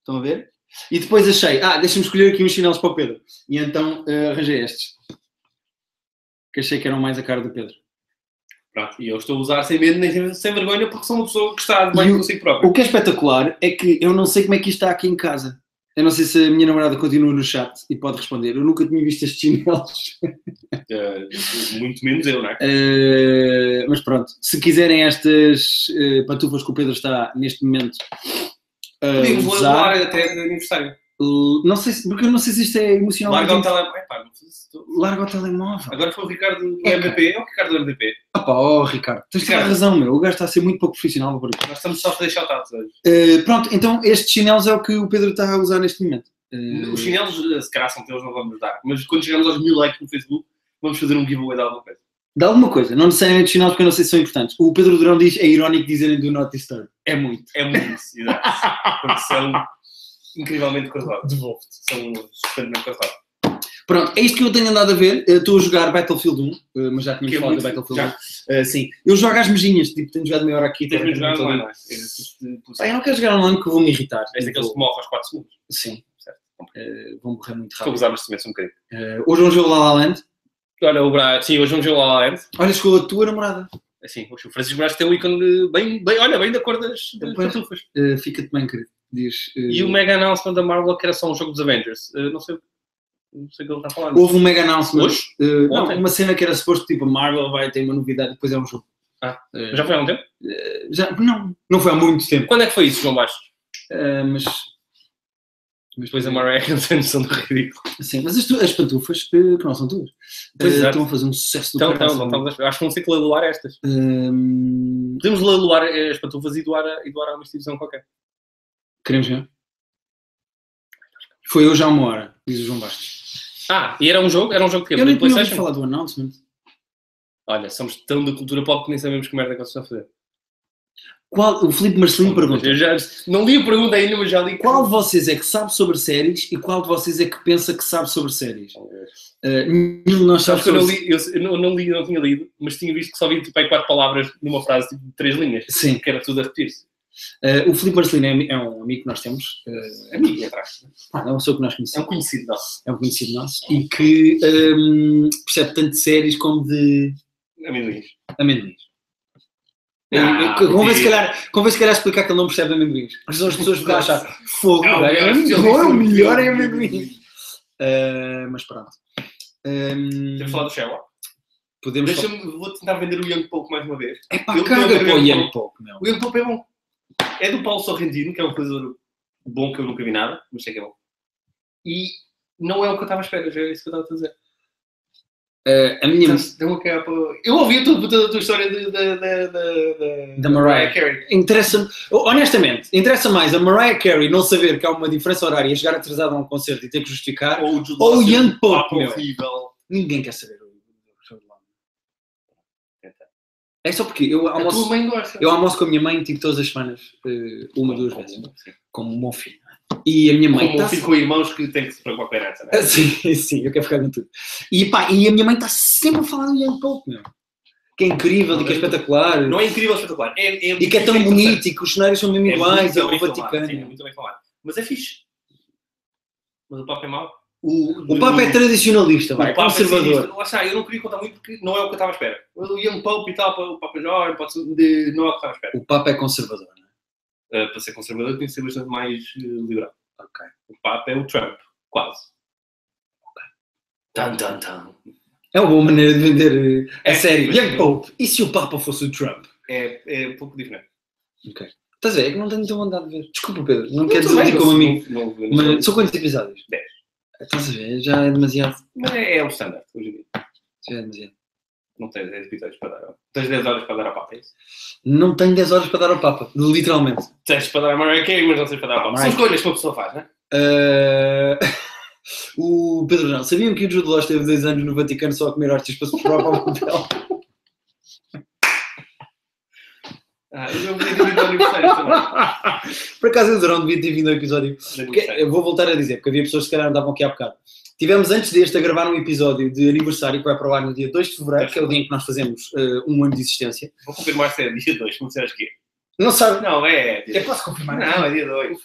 [SPEAKER 2] Estão a ver? E depois achei, ah, deixa-me escolher aqui uns chinelos para o Pedro. E então eh, arranjei estes. Que achei que eram mais a cara do Pedro.
[SPEAKER 1] Pronto, e eu estou a usar sem medo nem sem- sem vergonha porque sou uma pessoa que está de
[SPEAKER 2] E
[SPEAKER 1] bem
[SPEAKER 2] o-
[SPEAKER 1] consigo próprio.
[SPEAKER 2] O que é espetacular é que eu não sei como é que isto está aqui em casa. Eu não sei se a minha namorada continua no chat e pode responder. Eu nunca tinha visto estes [laughs] chinelos.
[SPEAKER 1] Eh, muito menos eu, não é?
[SPEAKER 2] Eh, mas pronto, se quiserem estas eh, pantufas que o Pedro está neste momento a
[SPEAKER 1] Podíamos
[SPEAKER 2] Eh, usar,
[SPEAKER 1] levar até de aniversário.
[SPEAKER 2] eh, não sei se, porque eu não sei se isto é emocional.
[SPEAKER 1] Larga o telemóvel. Epá, não fiz isso tudo.
[SPEAKER 2] Larga o telemóvel.
[SPEAKER 1] Agora foi o Ricardo do
[SPEAKER 2] É,
[SPEAKER 1] MDP. É o Ricardo do MDP.
[SPEAKER 2] Ah pá, oh Ricardo, tens toda a
[SPEAKER 1] Ricardo.
[SPEAKER 2] razão, meu. O gajo está a ser muito pouco profissional. por aqui.
[SPEAKER 1] Nós estamos só a fazer shoutouts hoje.
[SPEAKER 2] Eh, pronto, então estes chinelos é o que o Pedro está a usar neste momento. Eh,
[SPEAKER 1] Os chinelos, eh, se calhar são teus, não vamos dar. Mas quando chegarmos aos mil likes no Facebook, vamos fazer um giveaway de alguma coisa.
[SPEAKER 2] De alguma coisa, não necessariamente os sinais, porque eu não sei se são importantes. O Pedro Durão diz: é irónico dizerem do Not Disturb. É muito.
[SPEAKER 1] É muito isso, exato. Porque são incrivelmente cruzados. Devolve-te. São estupendamente cruzados.
[SPEAKER 2] Pronto, é isto que eu tenho andado a ver. Eu Estou a jogar Battlefield 1, eh, mas já
[SPEAKER 1] Que
[SPEAKER 2] tínhamos
[SPEAKER 1] é
[SPEAKER 2] falado
[SPEAKER 1] muito-
[SPEAKER 2] de Battlefield
[SPEAKER 1] já.
[SPEAKER 2] 1. Eh, sim, eu jogo às mejinhas, tipo, tenho jogado meia hora aqui.
[SPEAKER 1] E tens muito
[SPEAKER 2] tenho
[SPEAKER 1] jogado
[SPEAKER 2] jogado
[SPEAKER 1] online,
[SPEAKER 2] ali.
[SPEAKER 1] não é? Esses tipos-
[SPEAKER 2] Pá, eu não quero jogar online porque eu vou me irritar.
[SPEAKER 1] És daqueles
[SPEAKER 2] Vou-
[SPEAKER 1] que morrem é aos 4 segundos.
[SPEAKER 2] Sim, Eh, vou morrer muito
[SPEAKER 1] Estou a
[SPEAKER 2] rápido.
[SPEAKER 1] usar-nos também um bocadinho.
[SPEAKER 2] Eh, hoje vamos jogo La La Land.
[SPEAKER 1] Olha, o Braz, sim, hoje vamos ver o La La Land.
[SPEAKER 2] Olha, chegou a tua namorada.
[SPEAKER 1] Assim, hoje o Francisco Braz tem um ícone de- bem, bem, olha, bem da cor das das
[SPEAKER 2] Pois.
[SPEAKER 1] pantufas.
[SPEAKER 2] Eh, Fica-te bem, querido. Diz, eh,
[SPEAKER 1] E o mega announcement da Marvel que era só um jogo dos Avengers. Eh, não sei, não sei o que ele está a falar.
[SPEAKER 2] Houve um mega announcement.
[SPEAKER 1] Hoje?
[SPEAKER 2] Eh, não,
[SPEAKER 1] Ontem?
[SPEAKER 2] uma cena que era suposto, tipo, a Marvel vai ter uma novidade, depois é um jogo.
[SPEAKER 1] Ah,
[SPEAKER 2] Eh,
[SPEAKER 1] Já foi há um tempo?
[SPEAKER 2] Já, não, não foi há muito tempo.
[SPEAKER 1] Quando é que foi isso, João Baixo?
[SPEAKER 2] Ah, mas. Mas
[SPEAKER 1] Depois a Mariah Carey [laughs] noção do ridículo.
[SPEAKER 2] Sim, assim, mas as, tu- as pantufas, eh, que não são tuas, eh,
[SPEAKER 1] Pois é.
[SPEAKER 2] estão a fazer um sucesso do
[SPEAKER 1] Então, então,
[SPEAKER 2] caralho.
[SPEAKER 1] não estamos a esperar. Acho que vão ter que leiloar estas.
[SPEAKER 2] Ahm,
[SPEAKER 1] Podemos leiloar as pantufas e doar a, e doar a uma instituição qualquer.
[SPEAKER 2] Queremos ver? Foi hoje há uma hora, diz o João Bastos.
[SPEAKER 1] Ah, e era um jogo? Era um jogo que
[SPEAKER 2] Eu nem tinha ouvido falar do announcement.
[SPEAKER 1] Olha, somos tão da cultura pop que nem sabemos que merda é que vocês estão a fazer.
[SPEAKER 2] Qual, o Filipe Marcelino pergunta:
[SPEAKER 1] Eu já, não li a pergunta ainda, mas já li.
[SPEAKER 2] Qual de vocês é que sabe sobre séries e qual de vocês é que pensa que sabe sobre séries? Ah, nenhum de nós sabe
[SPEAKER 1] Sabes que eu
[SPEAKER 2] sobre
[SPEAKER 1] não li, eu, eu não, não li, não tinha lido, mas tinha visto que só vi tipo aí quatro palavras numa frase tipo, de três linhas,
[SPEAKER 2] Sim,
[SPEAKER 1] que era tudo a repetir-se.
[SPEAKER 2] Ah, o Filipe Marcelino é, ami- é um amigo que nós temos, ah,
[SPEAKER 1] Amigo, atrás.
[SPEAKER 2] é uma pessoa que nós conhecemos.
[SPEAKER 1] É um conhecido nosso.
[SPEAKER 2] é um conhecido nosso e que hum, percebe tanto de séries como de
[SPEAKER 1] Amendoins.
[SPEAKER 2] amendoins.
[SPEAKER 1] Ah,
[SPEAKER 2] Eu- eu- convém,
[SPEAKER 1] mentira.
[SPEAKER 2] se calhar, convém se calhar explicar que ele não percebe amendoins. Porque senão as pessoas vão achar fogo,
[SPEAKER 1] É o
[SPEAKER 2] velho,
[SPEAKER 1] melhor
[SPEAKER 2] é
[SPEAKER 1] especialista
[SPEAKER 2] melhor, o
[SPEAKER 1] no
[SPEAKER 2] melhor é
[SPEAKER 1] filme.
[SPEAKER 2] amendoins. Ah, mas pronto. Hum,
[SPEAKER 1] Temos falado do Sherlock.
[SPEAKER 2] podemos falar.
[SPEAKER 1] Hum. Deixa-me, vou tentar vender o Young Pope mais uma vez.
[SPEAKER 2] É pá,
[SPEAKER 1] eu-
[SPEAKER 2] caga
[SPEAKER 1] eu- eu-
[SPEAKER 2] para o
[SPEAKER 1] eu-
[SPEAKER 2] Ian Pope, meu.
[SPEAKER 1] O Young Pope é bom. É do Paulo Sorrentino, que é um realizador bom que eu nunca vi nada, mas sei que é bom. E não é o que eu estava à espera, já é isso que eu estava a dizer.
[SPEAKER 2] Ah, a minha.
[SPEAKER 1] Então, ok, pô. Eu ouvi a tua, a tua- a tua história de- de- de- de- de-
[SPEAKER 2] Da Mariah.
[SPEAKER 1] Carey.
[SPEAKER 2] Interessa honestamente, interessa mais a Mariah Carey não saber que há uma diferença horária e chegar atrasada a um concerto e ter que justificar.
[SPEAKER 1] Ah. Ou o Jude
[SPEAKER 2] Ou o
[SPEAKER 1] Law ser
[SPEAKER 2] Ian
[SPEAKER 1] um
[SPEAKER 2] Pope,
[SPEAKER 1] papo
[SPEAKER 2] meu.
[SPEAKER 1] horrível.
[SPEAKER 2] Ninguém quer saber o o show de lá. É só porque eu
[SPEAKER 1] A tua
[SPEAKER 2] almoço,
[SPEAKER 1] mãe gosta.
[SPEAKER 2] eu almoço com a minha mãe tipo todas as semanas, eh, uma, duas vezes,
[SPEAKER 1] Sim.
[SPEAKER 2] como um bom filho. E a minha mãe
[SPEAKER 1] Como
[SPEAKER 2] tá-
[SPEAKER 1] um filho com irmãos que tem que se preocupar com a herança, não é?
[SPEAKER 2] [laughs] Sim, sim, eu quero ficar com tudo. E, pá, e a minha mãe está sempre a falar do Ian Pope, meu. Que é incrível e que é espetacular.
[SPEAKER 1] Não é incrível espetacular. É, é
[SPEAKER 2] E que é tão
[SPEAKER 1] interessante.
[SPEAKER 2] bonito e que os cenários são mesmo
[SPEAKER 1] É
[SPEAKER 2] iguais
[SPEAKER 1] muito
[SPEAKER 2] ao
[SPEAKER 1] bem falado, sim, é
[SPEAKER 2] Vaticano.
[SPEAKER 1] muito bem falado. Mas é fixe. Mas o Papa é mau. Hum.
[SPEAKER 2] O, o Papa é tradicionalista, vai,
[SPEAKER 1] O Papa é
[SPEAKER 2] conservador.
[SPEAKER 1] sinistro. Lá está, eu não queria contar muito porque não é o que eu estava à espera. Mas O Ian Pope e tal, o Papa Jovem, pode ser de- não é o que eu estava à espera.
[SPEAKER 2] O Papa é conservador, não é?
[SPEAKER 1] Uh, para ser conservador tem que ser bastante mais uh, liberal.
[SPEAKER 2] Ok.
[SPEAKER 1] O Papa é o Trump, quase. Tan, tan, tan.
[SPEAKER 2] É uma boa maneira de vender eh, a
[SPEAKER 1] É,
[SPEAKER 2] série.
[SPEAKER 1] mas-
[SPEAKER 2] Young Pope, e se o Papa fosse o Trump?
[SPEAKER 1] É, é um pouco diferente.
[SPEAKER 2] Estás a ver? É que não tenho tão vontade de ver. Desculpa, Pedro, não,
[SPEAKER 1] Não,
[SPEAKER 2] quero
[SPEAKER 1] tudo
[SPEAKER 2] dizer
[SPEAKER 1] bem,
[SPEAKER 2] como
[SPEAKER 1] não-
[SPEAKER 2] amigo.
[SPEAKER 1] não- não- não-
[SPEAKER 2] Mas são quantos episódios?
[SPEAKER 1] Dez.
[SPEAKER 2] Estás a ver? Já é demasiado.
[SPEAKER 1] Mas é, é o standard hoje em dia.
[SPEAKER 2] Já é demasiado.
[SPEAKER 1] Não tens é 10 episódios para dar. Tens 10 horas para dar ao Papa, é isso?
[SPEAKER 2] Não tenho 10 horas para dar ao Papa, literalmente.
[SPEAKER 1] Tens para dar a Mariah Carey, mas não tens para dar ao Papa. São
[SPEAKER 2] Mariah.
[SPEAKER 1] escolhas que uma pessoa faz, não é?
[SPEAKER 2] Ah, [laughs] o Pedro não. Sabiam que o Jude Law esteve dois anos no Vaticano só a comer hostes para se preparar para o papel?
[SPEAKER 1] Ah, eu não podia dividir o aniversário também.
[SPEAKER 2] [laughs] Por acaso eu não devia ter vindo ao um episódio. Porque, eu vou voltar a dizer, porque havia pessoas que se calhar andavam aqui há bocado. Tivemos antes deste a gravar um episódio de aniversário que vai para o ar no dia 2 de Fevereiro, que é o dia em que nós fazemos ah, um ano de existência.
[SPEAKER 1] Vou confirmar se é dia 2, não sei acho que é.
[SPEAKER 2] Não sabe?
[SPEAKER 1] Não, é dia
[SPEAKER 2] Eu
[SPEAKER 1] 2.
[SPEAKER 2] posso confirmar?
[SPEAKER 1] Não, é dia 2.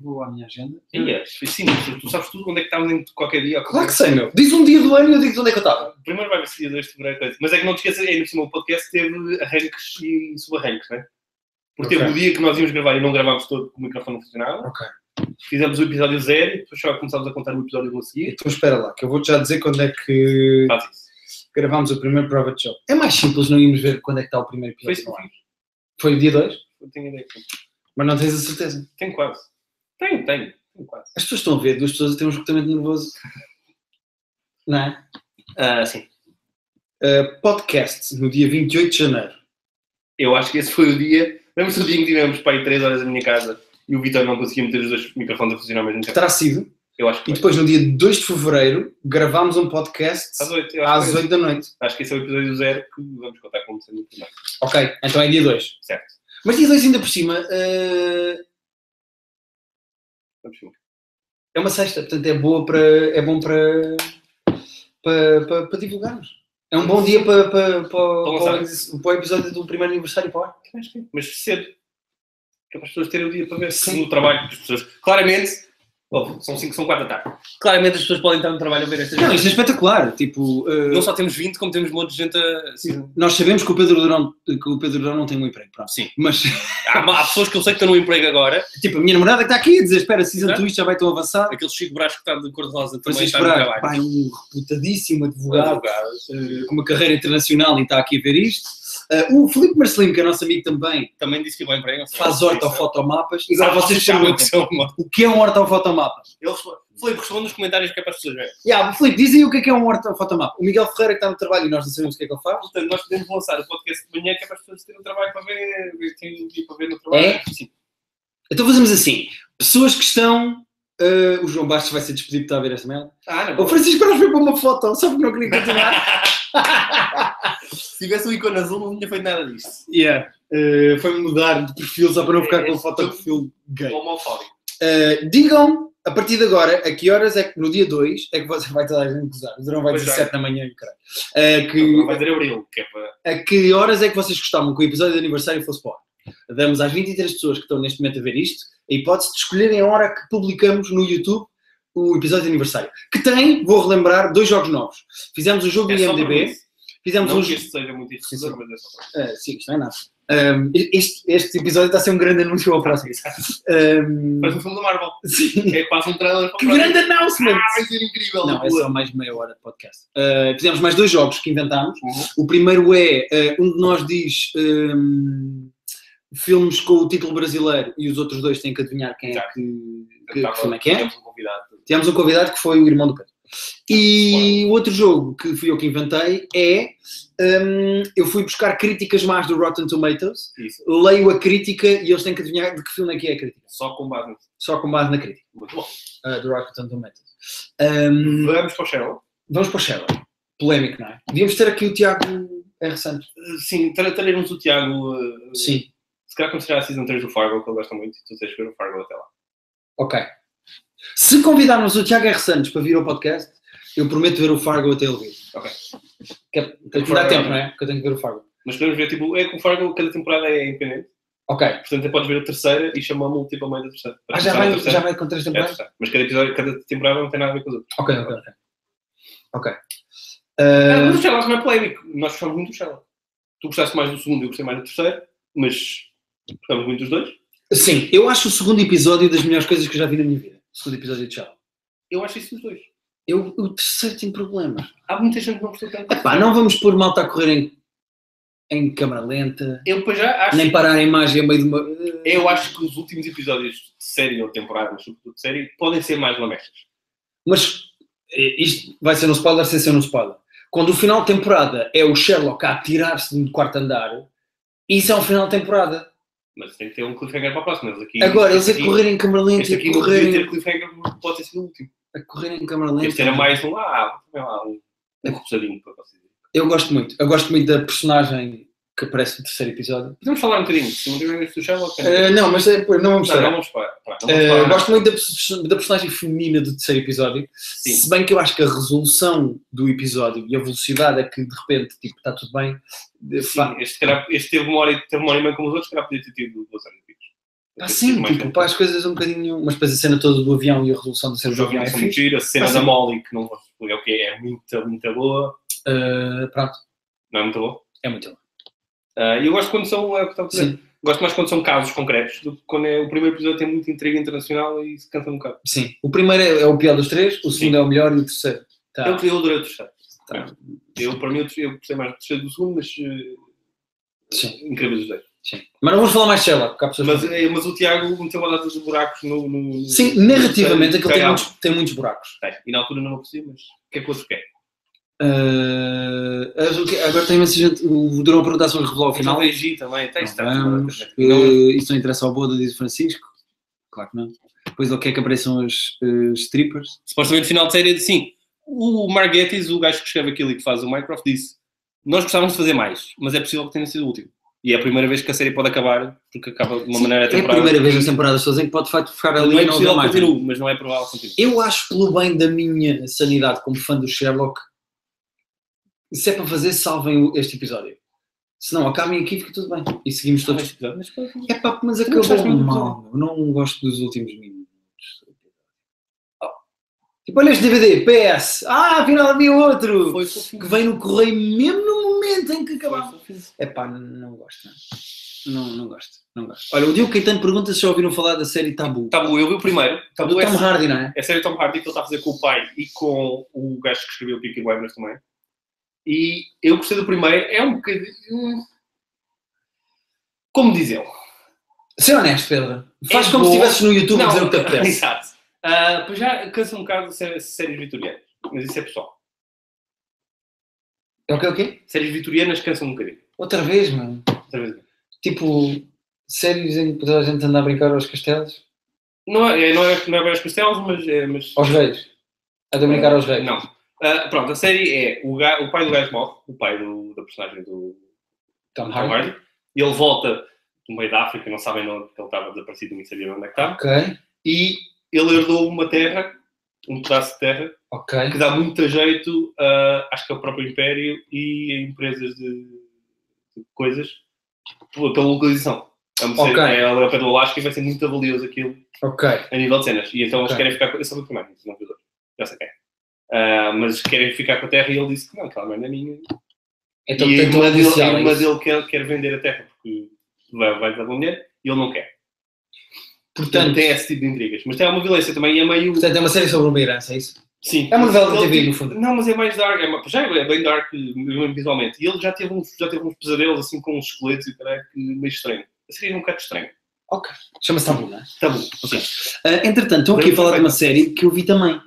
[SPEAKER 2] Vou à minha agenda.
[SPEAKER 1] Sim, tu- tu sabes tudo onde é que estávamos em qualquer dia. é
[SPEAKER 2] Claro que sei, meu. Diz um dia do ano e eu digo onde é que eu estava.
[SPEAKER 1] Primeiro vai ver se dia 2 de fevereiro. coisa. Mas é que não te esqueças, ainda por cima o podcast teve arranques e subarranques, não é? Porque teve
[SPEAKER 2] Ok.
[SPEAKER 1] o dia que nós íamos gravar e não gravámos todo porque o microfone não funcionava.
[SPEAKER 2] Ok.
[SPEAKER 1] Fizemos o episódio 0 e depois só começámos a contar o episódio 1 a seguir.
[SPEAKER 2] Então espera lá, que eu vou-te já dizer quando é que
[SPEAKER 1] Faz isso.
[SPEAKER 2] gravámos o primeiro prova de jogo. É mais simples não irmos ver quando é que está o primeiro
[SPEAKER 1] Foi um
[SPEAKER 2] episódio.
[SPEAKER 1] isso que eu
[SPEAKER 2] no ar.
[SPEAKER 1] fiz.
[SPEAKER 2] Foi o dia 2?
[SPEAKER 1] Eu tenho ideia.
[SPEAKER 2] Mas não tens a certeza.
[SPEAKER 1] Tenho quase. Tenho, tenho. Tenho quase.
[SPEAKER 2] As pessoas estão a ver, duas pessoas a ter um esgotamento nervoso. Não é?
[SPEAKER 1] Ah, sim.
[SPEAKER 2] Uh, podcast, no dia 28 de janeiro.
[SPEAKER 1] Eu acho que esse foi o dia. Lembra-se do dia em que tivemos para aí 3 horas na minha casa e o Vitor não conseguia meter os dois microfones a funcionar ao mesmo tempo?
[SPEAKER 2] Terá sido.
[SPEAKER 1] Eu acho
[SPEAKER 2] E
[SPEAKER 1] que foi.
[SPEAKER 2] depois, no dia 2 de fevereiro, gravámos um podcast
[SPEAKER 1] Às 8. Eu acho,
[SPEAKER 2] às
[SPEAKER 1] que foi.
[SPEAKER 2] 8 da noite.
[SPEAKER 1] acho que esse é o episódio zero que vamos contar como sendo o primeiro.
[SPEAKER 2] Ok, então é dia 2.
[SPEAKER 1] Certo.
[SPEAKER 2] Mas dia 2 ainda por cima uh,
[SPEAKER 1] Vamos filmar.
[SPEAKER 2] é uma sexta, portanto é, boa para, é bom para, para, para, para divulgarmos. É um bom dia para, para, para, para, o- para o episódio do primeiro aniversário para o ar.
[SPEAKER 1] Mas cedo. Que é para as pessoas terem o dia para ver se
[SPEAKER 2] Sim.
[SPEAKER 1] no trabalho as pessoas. Claramente. Bom, são 5, são 4 da tarde. Claramente as pessoas podem estar no trabalho a ver estas
[SPEAKER 2] Não,
[SPEAKER 1] coisas.
[SPEAKER 2] isto é espetacular. Tipo, uh,
[SPEAKER 1] Não só temos 20, como temos um monte de gente a.
[SPEAKER 2] Nós sabemos que o Pedro Durão, que o Pedro Durão não tem um emprego, pronto.
[SPEAKER 1] Sim.
[SPEAKER 2] Mas, [laughs]
[SPEAKER 1] Há, há pessoas que eu sei que estão no emprego agora.
[SPEAKER 2] tipo, a minha namorada que está aqui a dizer, espera, season
[SPEAKER 1] Tá.
[SPEAKER 2] twist já vai tão avançado.
[SPEAKER 1] Aquele Chico Brás que está de cor-de-rosa também está
[SPEAKER 2] Francisco
[SPEAKER 1] no
[SPEAKER 2] Braga,
[SPEAKER 1] trabalho.
[SPEAKER 2] pai, um reputadíssimo advogado,
[SPEAKER 1] Advogado.
[SPEAKER 2] eh, com uma carreira internacional e está aqui a ver isto. Eh, o Filipe Marcelino, que é nosso amigo também,
[SPEAKER 1] Também disse que vai emprego.
[SPEAKER 2] faz
[SPEAKER 1] é-
[SPEAKER 2] ortofotomapas. E agora
[SPEAKER 1] Agora
[SPEAKER 2] vocês perguntam, o que é um ortofotomapa?
[SPEAKER 1] Ele foi responde nos comentários que é para as pessoas verem.
[SPEAKER 2] Yeah, Filipe, dizem o que é que é um ortofotomapa. O Miguel Ferreira que está no trabalho e nós não sabemos o que é que ele faz.
[SPEAKER 1] Portanto, nós podemos lançar o podcast de manhã que é para as pessoas terem o trabalho para ver, ver- terem o dia para ver no trabalho.
[SPEAKER 2] É?
[SPEAKER 1] Sim.
[SPEAKER 2] Então fazemos assim, pessoas que estão... eh, o João Bastos vai ser despedido está a ver esta merda.
[SPEAKER 1] Ah, não.
[SPEAKER 2] O Francisco Brás foi para uma foto, só porque não queria continuar.
[SPEAKER 1] Se tivesse um ícone azul, não tinha feito nada disso.
[SPEAKER 2] [laughs] Yeah. Uh, foi mudar de perfil só para não ficar
[SPEAKER 1] É,
[SPEAKER 2] com
[SPEAKER 1] é,
[SPEAKER 2] foto de
[SPEAKER 1] eu-
[SPEAKER 2] perfil gay.
[SPEAKER 1] Homofóbico.
[SPEAKER 2] Uh, digam, a partir de agora, a que horas é que no dia 2 é que você vai toda a gente gozar? O Durão vai
[SPEAKER 1] Pois
[SPEAKER 2] dizer
[SPEAKER 1] é.
[SPEAKER 2] 7 da manhã, caralho. Uh,
[SPEAKER 1] Não vai
[SPEAKER 2] que,
[SPEAKER 1] ter abril, que é para.
[SPEAKER 2] a que horas é que vocês gostavam que o episódio de aniversário fosse para o ar? Damos às 23 pessoas que estão neste momento a ver isto a hipótese de escolherem a hora que publicamos no YouTube o episódio de aniversário. Que tem, vou relembrar, dois jogos novos. Fizemos o jogo
[SPEAKER 1] É
[SPEAKER 2] do
[SPEAKER 1] só para
[SPEAKER 2] IMDB,
[SPEAKER 1] isso.
[SPEAKER 2] fizemos
[SPEAKER 1] Não
[SPEAKER 2] um
[SPEAKER 1] que isto seja muito irrecessor, mas é só para isso.
[SPEAKER 2] Ah, sim, isto não é nada. Ahm, este, este episódio está a ser um grande anúncio ao próximo.
[SPEAKER 1] Parece
[SPEAKER 2] Ahm,
[SPEAKER 1] um filme da Marvel.
[SPEAKER 2] sim.
[SPEAKER 1] É quase um trailer para o
[SPEAKER 2] Que
[SPEAKER 1] próximo.
[SPEAKER 2] grande announcement!
[SPEAKER 1] Ah, vai ser incrível.
[SPEAKER 2] Não, é só mais meia hora de podcast. Ah, fizemos mais dois jogos que inventámos.
[SPEAKER 1] Uhum.
[SPEAKER 2] O primeiro é ah, um de nós diz ahm, filmes com o título brasileiro e os outros dois têm que adivinhar quem é
[SPEAKER 1] Exato.
[SPEAKER 2] que, que, que
[SPEAKER 1] Estava-
[SPEAKER 2] filme é que é.
[SPEAKER 1] tínhamos um convidado.
[SPEAKER 2] Tivemos um convidado que foi o irmão do Pedro. E o outro jogo que fui eu que inventei é ahm, eu fui buscar críticas mais do Rotten Tomatoes
[SPEAKER 1] Isso.
[SPEAKER 2] leio a crítica e eles têm que adivinhar de que filme é que é a crítica.
[SPEAKER 1] Só com base nisso.
[SPEAKER 2] Só com base na crítica.
[SPEAKER 1] Muito bom.
[SPEAKER 2] Ah, Uh, do Rocket Tomatoes. Um,
[SPEAKER 1] Vamos para o Cheryl.
[SPEAKER 2] vamos para o Sherlock. polémico, não é? Devíamos ter aqui o Tiago R. Santos.
[SPEAKER 1] Eh, Sim, tra- traremos o Tiago. uh,
[SPEAKER 2] Sim,
[SPEAKER 1] Se calhar quando chegar a Season 3 do Fargo, que ele gosta muito, e tu tens que ver o Fargo até lá.
[SPEAKER 2] ok. Se convidarmos o Tiago R. Santos para vir ao podcast, eu prometo ver o Fargo até ele vir.
[SPEAKER 1] Ok.
[SPEAKER 2] Que, tem que me
[SPEAKER 1] Fargo.
[SPEAKER 2] dar tempo, não é? Porque eu tenho que ver o Fargo.
[SPEAKER 1] Mas podemos ver, tipo, é que o Fargo, cada temporada é independente.
[SPEAKER 2] Ok.
[SPEAKER 1] Portanto, até podes ver a terceira e chamar-me tipo a meio da terceira. Para
[SPEAKER 2] Ah, já,
[SPEAKER 1] começar a
[SPEAKER 2] vai,
[SPEAKER 1] terceira.
[SPEAKER 2] já vai com três
[SPEAKER 1] É a
[SPEAKER 2] temporadas?
[SPEAKER 1] terceira. Mas cada episódio, cada temporada não tem nada a ver com as outras.
[SPEAKER 2] Ok, ok, ok. Ok.
[SPEAKER 1] Ah, mas
[SPEAKER 2] Uh,
[SPEAKER 1] o Sherlock não é polémico. Nós gostamos muito do Sherlock. Tu gostaste mais do segundo e eu gostei mais do terceiro, mas gostamos muito dos dois.
[SPEAKER 2] sim, eu acho o segundo episódio das melhores coisas que eu já vi na minha vida. O segundo episódio de Sherlock.
[SPEAKER 1] Eu acho isso dos dois.
[SPEAKER 2] Eu, o terceiro tem problemas.
[SPEAKER 1] Há muita gente que não gostou tanto.
[SPEAKER 2] Epá, não vamos pôr malta a correr em, em câmara lenta,
[SPEAKER 1] Eu depois já acho.
[SPEAKER 2] nem parar a imagem a meio de uma.
[SPEAKER 1] Eu acho que os últimos episódios de série ou temporada, mas sobretudo de série, podem ser mais lamechas.
[SPEAKER 2] Mas eh, isto vai ser um spoiler sem ser um spoiler. Quando o final de temporada é o Sherlock a atirar-se do quarto andar, isso é um final de temporada.
[SPEAKER 1] Mas tem que ter um cliffhanger para a próxima. Eles aqui,
[SPEAKER 2] Agora, é eles a
[SPEAKER 1] este aqui-
[SPEAKER 2] correrem em câmara lenta,
[SPEAKER 1] Este
[SPEAKER 2] a
[SPEAKER 1] aqui não podia ter
[SPEAKER 2] correrem,
[SPEAKER 1] cliffhanger, porque pode ter sido o último.
[SPEAKER 2] a correrem em câmara lenta.
[SPEAKER 1] Este era mais um. Ah, vamos lá, um. Um repousadinho para vocês.
[SPEAKER 2] Eu gosto muito. Eu gosto muito da personagem que aparece no terceiro episódio.
[SPEAKER 1] Podemos falar um bocadinho. Se não tiver do Sherlock,
[SPEAKER 2] Eh, não, mas eh, pô, não vamos
[SPEAKER 1] Não, não
[SPEAKER 2] falar.
[SPEAKER 1] vamos parar. Pá, não vamos
[SPEAKER 2] Eh,
[SPEAKER 1] parar.
[SPEAKER 2] gosto muito da, perso- da personagem feminina do terceiro episódio.
[SPEAKER 1] Sim.
[SPEAKER 2] Se bem que eu acho que a resolução do episódio e a velocidade é que de repente tipo, está tudo bem. eh,
[SPEAKER 1] Sim,
[SPEAKER 2] fa-
[SPEAKER 1] este, cara, este teve uma hora, e- teve uma hora e meia como os outros, que era podia ter tido duas horas e pico. tá
[SPEAKER 2] Pá, sim,
[SPEAKER 1] Mais
[SPEAKER 2] tipo,
[SPEAKER 1] tempo.
[SPEAKER 2] pá, as coisas um bocadinho. Mas depois a cena toda do avião e a resolução da cena
[SPEAKER 1] Os
[SPEAKER 2] do
[SPEAKER 1] jogos
[SPEAKER 2] avião é
[SPEAKER 1] são muito
[SPEAKER 2] fixe.
[SPEAKER 1] giros, a cena
[SPEAKER 2] Ah,
[SPEAKER 1] da
[SPEAKER 2] sim.
[SPEAKER 1] Molly, que não vou explicar o que é, é muito, muito boa.
[SPEAKER 2] Eh, pronto,
[SPEAKER 1] Não é muito boa?
[SPEAKER 2] é muito bom.
[SPEAKER 1] Ah, E eu gosto quando são, é o que estava a dizer.
[SPEAKER 2] Sim,
[SPEAKER 1] Gosto mais quando são casos concretos do que quando é o primeiro episódio tem muita intriga internacional e se cansa um bocado.
[SPEAKER 2] sim. O primeiro é, é o pior dos três, o segundo
[SPEAKER 1] Sim.
[SPEAKER 2] é o melhor e o terceiro. Tá.
[SPEAKER 1] Eu, eu adorei É o terceiro.
[SPEAKER 2] Tá.
[SPEAKER 1] Eu, para mim, eu eu gostei mais do terceiro do segundo, mas eh,
[SPEAKER 2] Sim,
[SPEAKER 1] incríveis os dois.
[SPEAKER 2] sim. Mas não vamos falar mais de Sherlock, porque há pessoas
[SPEAKER 1] Mas, eh, mas o Tiago meteu uma data de buracos no. no
[SPEAKER 2] Sim,
[SPEAKER 1] no
[SPEAKER 2] narrativamente
[SPEAKER 1] terceiro,
[SPEAKER 2] aquilo tem
[SPEAKER 1] cagava.
[SPEAKER 2] muitos, tem muitos buracos.
[SPEAKER 1] Tem. E na altura não aprecio, mas o que é que outro quer?
[SPEAKER 2] Ah, mas o quê? agora tem imensa gente. O Durão a perguntar se vamos revelar o final.
[SPEAKER 1] Final Egi também, tem
[SPEAKER 2] Não
[SPEAKER 1] está
[SPEAKER 2] Então vamos,
[SPEAKER 1] tudo bem. Não,
[SPEAKER 2] Eh, isso não interessa ao Boda, diz o Francisco. Claro que não. Depois ele quer que apareçam as eh, strippers.
[SPEAKER 1] Supostamente final de série é de sim. O Margetis, o gajo que escreve aquilo e que faz o Minecraft, disse: Nós gostávamos de fazer mais, mas é possível que tenha sido o último. E é a primeira vez que a série pode acabar, porque acaba de uma
[SPEAKER 2] Sim,
[SPEAKER 1] maneira
[SPEAKER 2] é a
[SPEAKER 1] temporária.
[SPEAKER 2] primeira vez nas temporadas todas em que pode de facto ficar ali
[SPEAKER 1] Não é
[SPEAKER 2] e não haver
[SPEAKER 1] possível que
[SPEAKER 2] mais.
[SPEAKER 1] continue, mas não é provável que continue.
[SPEAKER 2] Eu acho, pelo bem da minha sanidade como fã do Sherlock, se é para fazer, salvem o- este episódio. Se não, acabem aqui, fica tudo bem. E seguimos
[SPEAKER 1] Ah,
[SPEAKER 2] todos. É pá, mas acabou
[SPEAKER 1] gostaste muito do
[SPEAKER 2] mal. Eu não gosto dos últimos minutos. Tipo, olha este DVD, PS. Ah, afinal havia outro.
[SPEAKER 1] Foi fofinho.
[SPEAKER 2] Que vem no correio mesmo no momento em que
[SPEAKER 1] Foi
[SPEAKER 2] acabava.
[SPEAKER 1] fofinho.
[SPEAKER 2] É pá, não gosto. Não. não, não gosto. Não gosto. Olha, o Diogo Caetano pergunta se já ouviram falar da série Tabu.
[SPEAKER 1] Tabu, eu vi o primeiro.
[SPEAKER 2] Do
[SPEAKER 1] Tabu é,
[SPEAKER 2] Tom Hardy, não é?
[SPEAKER 1] é a série do Tom Hardy que ele está a fazer com o pai e com o gajo que escreveu Peaky Blinders também. E eu gostei do primeiro. É um bocadinho. hum, Como dizer?
[SPEAKER 2] Ser honesto, Pedro. Faz
[SPEAKER 1] É
[SPEAKER 2] como se
[SPEAKER 1] boa. é
[SPEAKER 2] estivesses no YouTube a dizer o que te apetece.
[SPEAKER 1] [laughs] Exato. Ah, pois já cansa um bocado de sé- séries vitorianas, mas isso é pessoal.
[SPEAKER 2] É o quê, o quê?
[SPEAKER 1] Séries vitorianas cansam um bocadinho.
[SPEAKER 2] Outra vez, mano.
[SPEAKER 1] Outra vez.
[SPEAKER 2] Tipo, séries em que toda a gente anda a brincar aos castelos.
[SPEAKER 1] Não é, é- não é, não é bem aos castelos, mas. É, mas...
[SPEAKER 2] Aos reis. Anda a brincar aos reis.
[SPEAKER 1] Não. Ah, pronto, a série é o, ga- o pai do gajo morre, o pai do, da personagem do
[SPEAKER 2] Tom
[SPEAKER 1] Tom
[SPEAKER 2] Hardy.
[SPEAKER 1] Hardy. Tá Ele volta do meio da África, não sabem onde, porque ele estava desaparecido, ninguém sabia onde é que estava.
[SPEAKER 2] Ok,
[SPEAKER 1] E ele herdou uma terra, um pedaço de terra,
[SPEAKER 2] ok.
[SPEAKER 1] que dá muito jeito, ah, acho que ao próprio Império e a empresas de, de coisas pô, pela localização. É uma
[SPEAKER 2] Ok.
[SPEAKER 1] cena- é ao pé do Alasca e vai ser muito valioso aquilo
[SPEAKER 2] Ok.
[SPEAKER 1] a nível de cenas. E então eles
[SPEAKER 2] Ok.
[SPEAKER 1] querem ficar com. Eu só vi o primeiro, não vi o dois. Já sei quem. é. Ah, mas querem ficar com a terra e ele disse que não, aquela merda é minha.
[SPEAKER 2] Então
[SPEAKER 1] e a
[SPEAKER 2] tem
[SPEAKER 1] irmã
[SPEAKER 2] tudo
[SPEAKER 1] dele, a
[SPEAKER 2] inicial, é
[SPEAKER 1] irmã
[SPEAKER 2] isso?
[SPEAKER 1] dele quer, quer vender a terra porque vai, vai dar mulher e ele não quer. Portanto,
[SPEAKER 2] Portanto,
[SPEAKER 1] tem esse tipo de intrigas. Mas tem alguma violência também e é meio.
[SPEAKER 2] portanto, é uma série sobre uma herança, é isso?
[SPEAKER 1] Sim.
[SPEAKER 2] É uma novela da
[SPEAKER 1] Ele
[SPEAKER 2] TV,
[SPEAKER 1] tem-
[SPEAKER 2] no fundo.
[SPEAKER 1] Não, mas é mais dark. É, ma- já é bem dark mesmo visualmente. E ele já teve uns, já teve uns pesadelos assim com uns esqueletos e caralho, que meio estranho. Seria um bocado estranho. Tá
[SPEAKER 2] Chama-se Tabu, não é?
[SPEAKER 1] Tabu.
[SPEAKER 2] Ah, entretanto, estou aqui a falar de uma série que eu vi também.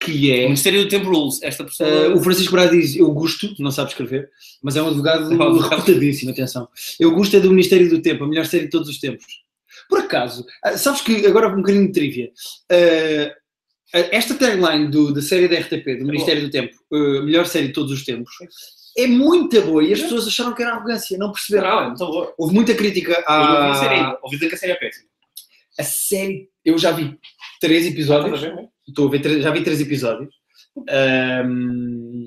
[SPEAKER 2] Que é.
[SPEAKER 1] Ministério do Tempo Rules. Esta pessoa.
[SPEAKER 2] ah, o Francisco Braz diz: Eu gosto, não sabe escrever, mas é um advogado
[SPEAKER 1] É um advogado.
[SPEAKER 2] reputadíssimo, atenção. Eu gosto é do Ministério do Tempo, a melhor série de todos os tempos. Por acaso, ah, sabes que agora um bocadinho de trivia. ah, Esta tagline do- da série da RTP,
[SPEAKER 1] É
[SPEAKER 2] do Ministério do Tempo, eh, melhor série de todos os tempos, é muito boa e as pessoas acharam que era arrogância, não
[SPEAKER 1] Não,
[SPEAKER 2] perceberam.
[SPEAKER 1] então vou.
[SPEAKER 2] Houve muita crítica
[SPEAKER 1] Eu não vi a
[SPEAKER 2] à
[SPEAKER 1] série ainda. Ouvi dizer que a série é péssima.
[SPEAKER 2] a série. Eu já vi três
[SPEAKER 1] Estás
[SPEAKER 2] episódios.
[SPEAKER 1] a ver, né?
[SPEAKER 2] Estou a ver, três- já vi três episódios. Ahm,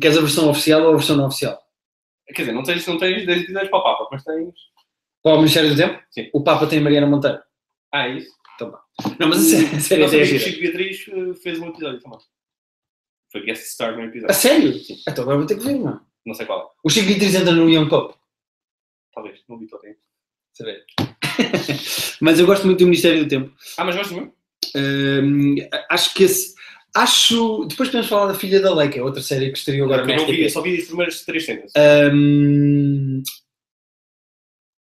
[SPEAKER 2] queres a versão oficial ou a versão não oficial?
[SPEAKER 1] Quer dizer, não tens, não tens 10 episódios para o Papa, mas tens.
[SPEAKER 2] Qual é o Ministério do Tempo?
[SPEAKER 1] Sim.
[SPEAKER 2] O Papa tem a Mariana Monteiro.
[SPEAKER 1] Ah, é isso.
[SPEAKER 2] Não, mas a série, a série
[SPEAKER 1] Nosso
[SPEAKER 2] até é
[SPEAKER 1] amigo
[SPEAKER 2] gira.
[SPEAKER 1] Chico Beatriz eh, fez um episódio também. Foi guest star no
[SPEAKER 2] A
[SPEAKER 1] episódio.
[SPEAKER 2] sério?
[SPEAKER 1] Sim.
[SPEAKER 2] Então agora vou ter que ver, mano.
[SPEAKER 1] Não sei qual é.
[SPEAKER 2] O Chico Beatriz entra no Young Pop.
[SPEAKER 1] Talvez. Não vi todo ainda. Saber.
[SPEAKER 2] Mas eu gosto muito do Ministério do Tempo.
[SPEAKER 1] Ah, mas gosto mesmo?
[SPEAKER 2] Ahm, acho que esse. Acho. Depois podemos falar da Filha da Lei, que é outra série que estreou agora É.
[SPEAKER 1] Agora,
[SPEAKER 2] na
[SPEAKER 1] eu não vi, eu
[SPEAKER 2] RTP.
[SPEAKER 1] só vi as primeiras três cenas.
[SPEAKER 2] Ahm,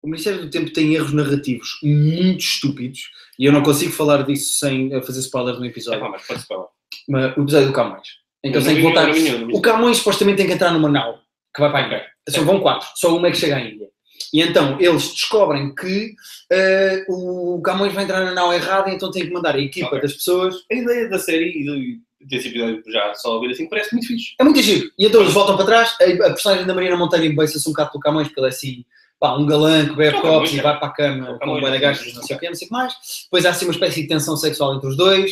[SPEAKER 2] o Ministério do Tempo tem erros narrativos muito estúpidos e eu não consigo falar disso sem eh, fazer spoiler no
[SPEAKER 1] É
[SPEAKER 2] episódio.
[SPEAKER 1] pá, mas pode ser para lá.
[SPEAKER 2] Mas o episódio do Camões. Então
[SPEAKER 1] Eu não
[SPEAKER 2] tem
[SPEAKER 1] vi
[SPEAKER 2] que
[SPEAKER 1] nenhum,
[SPEAKER 2] voltar.
[SPEAKER 1] não vi nenhum, não vi
[SPEAKER 2] O Camões supostamente tem que entrar numa nau que vai para a Índia. Só vão quatro, só uma é que chega à Índia. E então eles descobrem que eh, o Camões vai entrar na nau errada, então tem que mandar a equipa
[SPEAKER 1] Ok.
[SPEAKER 2] das pessoas.
[SPEAKER 1] A ideia da série e do- desse episódio já só ouvir assim parece muito
[SPEAKER 2] [laughs]
[SPEAKER 1] fixe.
[SPEAKER 2] É muito giro. E então eles voltam para trás, a, a personagem da Mariana Monteiro embeiça-se um bocado pelo Camões, porque ele é assim, pá, um galã que bebe
[SPEAKER 1] É o
[SPEAKER 2] copos
[SPEAKER 1] Camões,
[SPEAKER 2] e
[SPEAKER 1] é.
[SPEAKER 2] vai para a cama
[SPEAKER 1] o
[SPEAKER 2] com
[SPEAKER 1] Camões,
[SPEAKER 2] um gajos,
[SPEAKER 1] é.
[SPEAKER 2] não sei o que, não sei o que mais. Depois há assim uma espécie de tensão sexual entre os dois.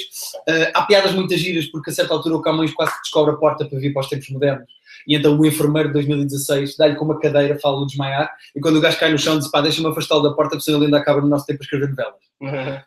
[SPEAKER 2] Eh, há piadas muito giras, porque a certa altura o Camões quase que descobre a porta para vir para os tempos modernos. E então o enfermeiro de 2016 dá-lhe com uma cadeira, fala-o desmaiar, e quando o gajo cai no chão diz, pá, deixa-me afastá-lo da porta, porque senão ele ainda acaba no nosso tempo a escrever novelas.